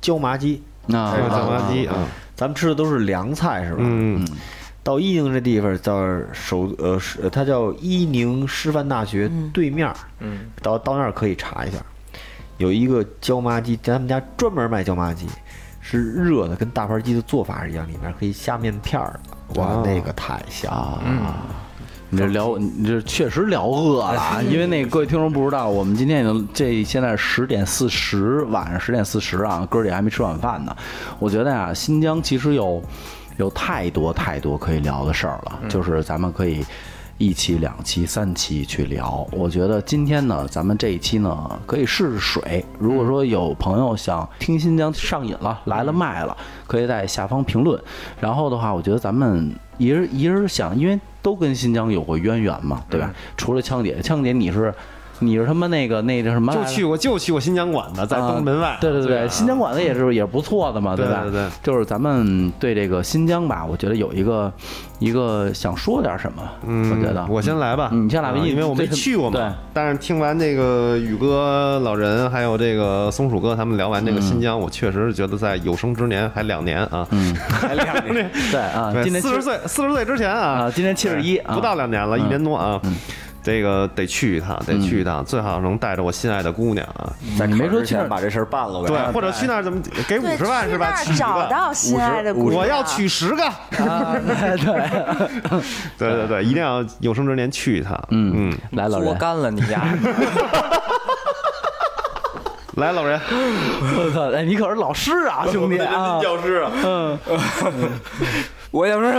Speaker 6: 椒麻鸡，
Speaker 1: 那
Speaker 3: 还有酱麻鸡啊，
Speaker 6: 咱们吃的都是凉菜是吧？
Speaker 3: 嗯，
Speaker 6: 到伊宁这地方叫首呃，是它叫伊宁师范大学对面，嗯，到到那儿可以查一下，有一个椒麻鸡，他们家专门卖椒麻鸡，是热的，跟大盘鸡的做法是一样，里面可以下面片儿的，哇，那个太香了。
Speaker 1: 啊。你这聊，你这确实聊饿了，啊因为那个各位听众不知道，我们今天已经这现在十点四十，晚上十点四十啊，哥儿姐还没吃晚饭呢。我觉得啊，新疆其实有有太多太多可以聊的事儿了，就是咱们可以一期、两期、三期去聊。我觉得今天呢，咱们这一期呢可以试试水。如果说有朋友想听新疆上瘾了，来了卖了，可以在下方评论。然后的话，我觉得咱们一人一人想，因为都跟新疆有过渊源嘛，对
Speaker 3: 嗯
Speaker 1: 吧？除了枪姐，枪姐你是你是他妈那个那个什么来
Speaker 3: 就
Speaker 1: 着
Speaker 3: 去过就去过新疆馆子，在
Speaker 1: 嗯啊
Speaker 3: 东门外，
Speaker 1: 对对对，新疆馆子也是也是不错的嘛，
Speaker 3: 对
Speaker 1: 吧？
Speaker 3: 对对
Speaker 1: 就是咱们对这个新疆吧，我觉得有一个一个想说点什么，
Speaker 3: 嗯，
Speaker 1: 我觉得
Speaker 3: 我先来吧，
Speaker 1: 嗯你先来吧
Speaker 3: 啊
Speaker 1: 因为
Speaker 3: 因为我没
Speaker 1: 这是
Speaker 3: 去过嘛。
Speaker 1: 对
Speaker 3: 但是听完这个宇哥、老人还有这个松鼠哥他们聊完这
Speaker 1: 嗯
Speaker 3: 个新疆，我确实是觉得在有生之年还两年啊，嗯，
Speaker 2: 哎
Speaker 3: 还两年，
Speaker 1: 对啊，今年
Speaker 3: 四十岁，四十岁之前
Speaker 1: 啊，
Speaker 3: 啊，
Speaker 1: 今年七十一，
Speaker 3: 不到两年了，一年多啊。这个得去一趟，得去一趟，最好能带着我心爱的姑娘啊，
Speaker 6: 在
Speaker 1: 你没
Speaker 6: 考试
Speaker 1: 说去
Speaker 6: 前
Speaker 1: 那儿
Speaker 6: 把这事儿办了呗。
Speaker 3: 对，啊 或者去那儿怎么给五
Speaker 5: 对，
Speaker 3: 十万
Speaker 5: 去
Speaker 3: 是吧？
Speaker 5: 那
Speaker 3: 娶
Speaker 5: 儿
Speaker 3: 一
Speaker 5: 找
Speaker 3: 个，
Speaker 5: 到心爱的姑娘，
Speaker 3: 我要娶十个，
Speaker 1: 啊
Speaker 3: 对对对，一定要有生之年去一趟。嗯嗯，
Speaker 1: 来老
Speaker 2: 作
Speaker 1: 人，
Speaker 2: 干了你家，
Speaker 3: 来老人，
Speaker 1: 我操，哎，你可是老师啊，兄弟啊，
Speaker 6: 教师啊，
Speaker 2: 我也不是。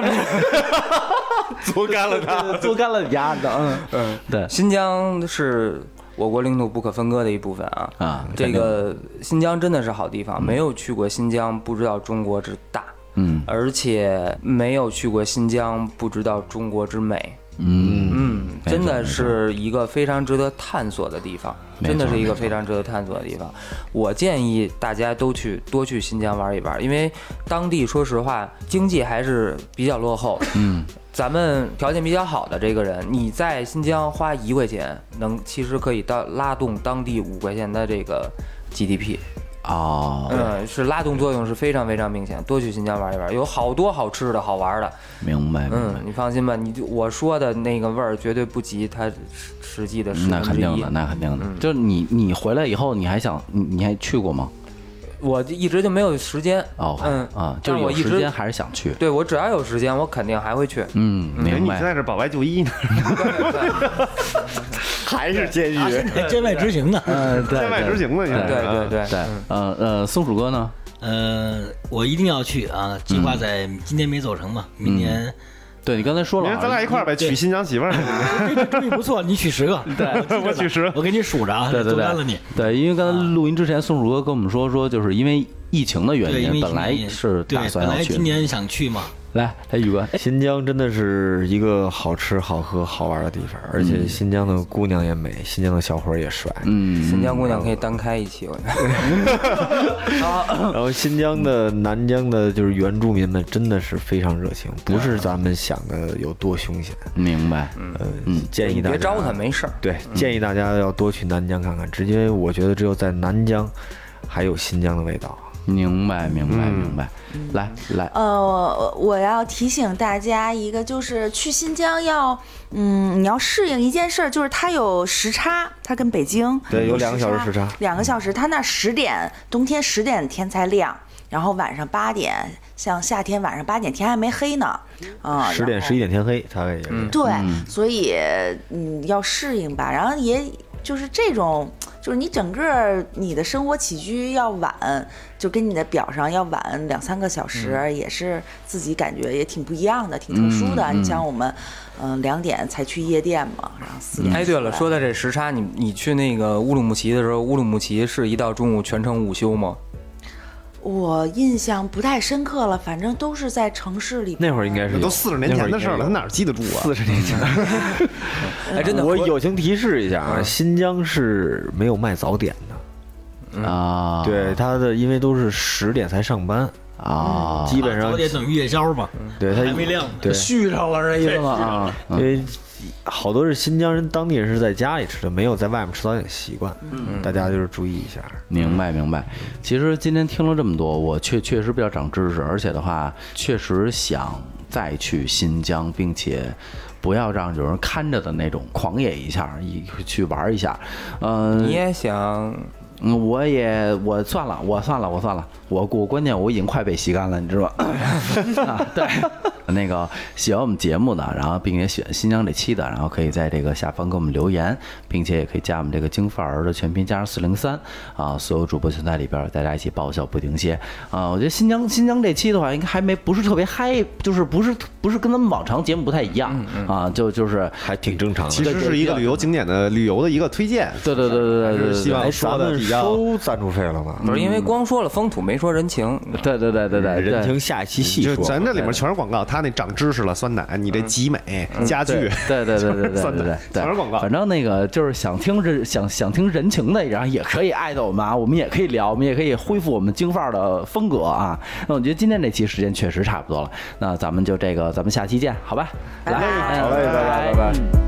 Speaker 3: 足干了他。
Speaker 1: 做干了你家的，嗯嗯，对
Speaker 2: 新疆是我国领土不可分割的一部分啊。
Speaker 1: 啊，
Speaker 2: 这个新疆真的是好地方，没有去过新疆不知道中国之大，
Speaker 1: 嗯
Speaker 2: 而且没有去过新疆不知道中国之美。
Speaker 1: 嗯，
Speaker 2: 嗯，
Speaker 1: 没错
Speaker 2: 真的是一个非常值得探索的地方，
Speaker 1: 没错
Speaker 2: 真的是一个非常值得探索的地方。我建议大家都去多去新疆玩一玩，因为当地说实话经济还是比较落后。嗯，咱们条件比较好的这个人，你在新疆花一块钱，能其实可以到拉动当地五块钱的这个 GDP。
Speaker 1: 哦，
Speaker 2: 嗯，是拉动作用是非常非常明显。多去新疆玩一玩，有好多好吃的好玩的。
Speaker 1: 明白，明
Speaker 2: 嗯
Speaker 1: 白，，
Speaker 2: 你放心吧，你就我说的那个味儿绝对不及它实实际的十
Speaker 1: 那
Speaker 2: 分
Speaker 1: 肯
Speaker 2: 之
Speaker 1: 定
Speaker 2: 一
Speaker 1: 的，。那肯定的，就是你你回来以后，你还想你你还去过吗？
Speaker 2: 我一直就没有时间。
Speaker 1: 哦，
Speaker 2: 嗯
Speaker 1: 啊，就
Speaker 2: 但
Speaker 1: 是
Speaker 2: 我
Speaker 1: 有
Speaker 2: 一
Speaker 1: 时间
Speaker 2: 直
Speaker 1: 还是想去，
Speaker 2: 对我只要有时间，我肯定还会去。
Speaker 1: 嗯，
Speaker 3: 哎
Speaker 1: 明
Speaker 3: 你
Speaker 1: 白
Speaker 3: 现。在是保外就医呢，
Speaker 6: 还是监狱？
Speaker 4: 街外执行呢。
Speaker 1: 嗯，对，
Speaker 3: 天外
Speaker 1: 对
Speaker 3: 执行呢，现在
Speaker 2: 对
Speaker 3: 啊
Speaker 2: 对对
Speaker 1: 对，呃呃，松鼠哥呢？嗯
Speaker 4: 呃，我一定要去啊！计划在今年没走成嘛，明年
Speaker 1: 对你刚才说
Speaker 3: 因
Speaker 1: 了
Speaker 3: 为
Speaker 1: 啊，
Speaker 3: 咱俩一块儿呗，娶新疆媳妇儿，
Speaker 4: 这主意不错，你取十个，对
Speaker 3: 我取十
Speaker 4: 我给你数着啊，
Speaker 1: 嗯 对对
Speaker 4: 多
Speaker 1: 对
Speaker 4: 干了你。
Speaker 1: 对，因为刚才录音之前，宋楚歌跟我们说说，就是因为疫情的原
Speaker 4: 对，因为
Speaker 1: 因，
Speaker 4: 疫
Speaker 1: 本
Speaker 4: 情
Speaker 1: 来
Speaker 4: 原因
Speaker 1: 是
Speaker 4: 对
Speaker 1: 打算
Speaker 4: 本
Speaker 1: 要
Speaker 4: 来
Speaker 1: 去
Speaker 4: 今。年想去嘛，啊
Speaker 1: 来，来宇哥，哎
Speaker 6: 新疆真的是一个好吃、好喝、好玩的地方，而且新疆的姑娘也美，新疆的小伙儿也帅。
Speaker 1: 嗯，
Speaker 2: 新疆姑娘可以单开一期，我觉得。
Speaker 1: 嗯
Speaker 6: 然后新疆的、呃南疆的，就是原住民们真的是非常热情，不是咱们想的有多凶险。
Speaker 1: 明白，
Speaker 6: 呃，建
Speaker 2: 你
Speaker 6: 议大家
Speaker 2: 别
Speaker 1: 啊
Speaker 2: 招他，没事儿。
Speaker 6: 对，建议大家要多去南疆看看，直接我觉得只有在南疆还有新疆的味道。
Speaker 1: 明白，明白，明白。来来，
Speaker 5: 呃，我要提醒大家一个，就是去新疆要，嗯，你要适应一件事儿，就是它有时差，它跟北京
Speaker 6: 对有两个小时
Speaker 5: 时
Speaker 6: 时差
Speaker 5: 两个小时，它那十点冬天十点天才亮，然后晚上八点，像夏天晚上八点天还没黑呢，啊、
Speaker 6: 十点、十一点天黑，才会。
Speaker 5: 对，所以嗯要适应吧，然后也就是这种，就是你整个儿你的生活起居要晚，就跟你的表上要晚两三个小时，
Speaker 2: 嗯
Speaker 5: 也是自己感觉也挺不一样的，挺特殊的。
Speaker 2: 嗯
Speaker 5: 你像我们，嗯、两点才去夜店嘛，然后四
Speaker 1: 嗯
Speaker 5: 点。
Speaker 2: 哎，对了，说到这时差，你你去那个乌鲁木齐的时候，乌鲁木齐是一到中午全程午休吗？
Speaker 5: 我印象不太深刻了，反正都是在城市里。
Speaker 6: 那会儿应该是
Speaker 3: 那都四十年前的事儿了，他哪儿记得住啊？
Speaker 6: 四十年前。
Speaker 2: 哎，真的，
Speaker 6: 我友情提示一下啊，新疆是没有卖早点的，
Speaker 1: 啊，
Speaker 6: 对，它的因为都是十点才上班，
Speaker 1: 啊，
Speaker 6: 基本上
Speaker 4: 早点等于夜宵嘛，
Speaker 1: 嗯
Speaker 6: 对它
Speaker 4: 还没亮呢
Speaker 6: 对，
Speaker 1: 续上了这意思吗？啊，
Speaker 6: 因为好多是新疆人，当地人是在家里吃的，没有在外面吃早点的习惯，大家就是注意一下。
Speaker 1: 明白明白。其实今天听了这么多，我确确实比较长知识，而且的话，确实想再去新疆，并且不要让有人看着的那种狂野一下，一去玩一下。嗯、
Speaker 2: 你也想
Speaker 1: 嗯，我也我算了，我算了，我算了，我我关键我已经快被吸干了，你知道吗？啊，对，那个喜欢我们节目的，然后并且喜欢新疆这期的，然后可以在这个下方给我们留言，并且也可以加我们这个京范儿的全拼加上四零三啊，所有主播全在里边儿，大家一起爆笑不停歇啊！我觉得新疆新疆这期的话，应该还没不是特别嗨，就是不是不是跟咱们往常节目不太一样啊，就就是
Speaker 6: 还挺正常
Speaker 3: 其实是一个旅游景点的旅游的一个推荐，
Speaker 1: 对对对对对对
Speaker 3: 还是
Speaker 1: 对
Speaker 3: 希望
Speaker 6: 哎，
Speaker 3: 说
Speaker 6: 咱
Speaker 3: 的
Speaker 6: 们
Speaker 3: 比较
Speaker 6: 收赞助费了吗？
Speaker 2: 不是因
Speaker 1: 嗯
Speaker 2: 为光说了风土，没说人情。
Speaker 1: 对对对对对，
Speaker 6: 人情下一期细
Speaker 3: 就
Speaker 6: 说。嗯
Speaker 3: 咱这里面全是广告，他那长知识了，酸奶，你这集美家具，
Speaker 1: 对对对对 对对
Speaker 3: 酸
Speaker 1: 对对
Speaker 3: 奶，全是广告
Speaker 1: 反。正那个就是想听这想想听人情的，然后也可以艾特我们啊，我们也可以聊，我们也可以恢复我们京范儿的风格啊。那我觉得今天这期时间确实差不多了，那咱们就这个，咱们下期见，好吧？来，
Speaker 5: 拜拜
Speaker 1: 哎
Speaker 6: 好嘞，拜拜拜拜。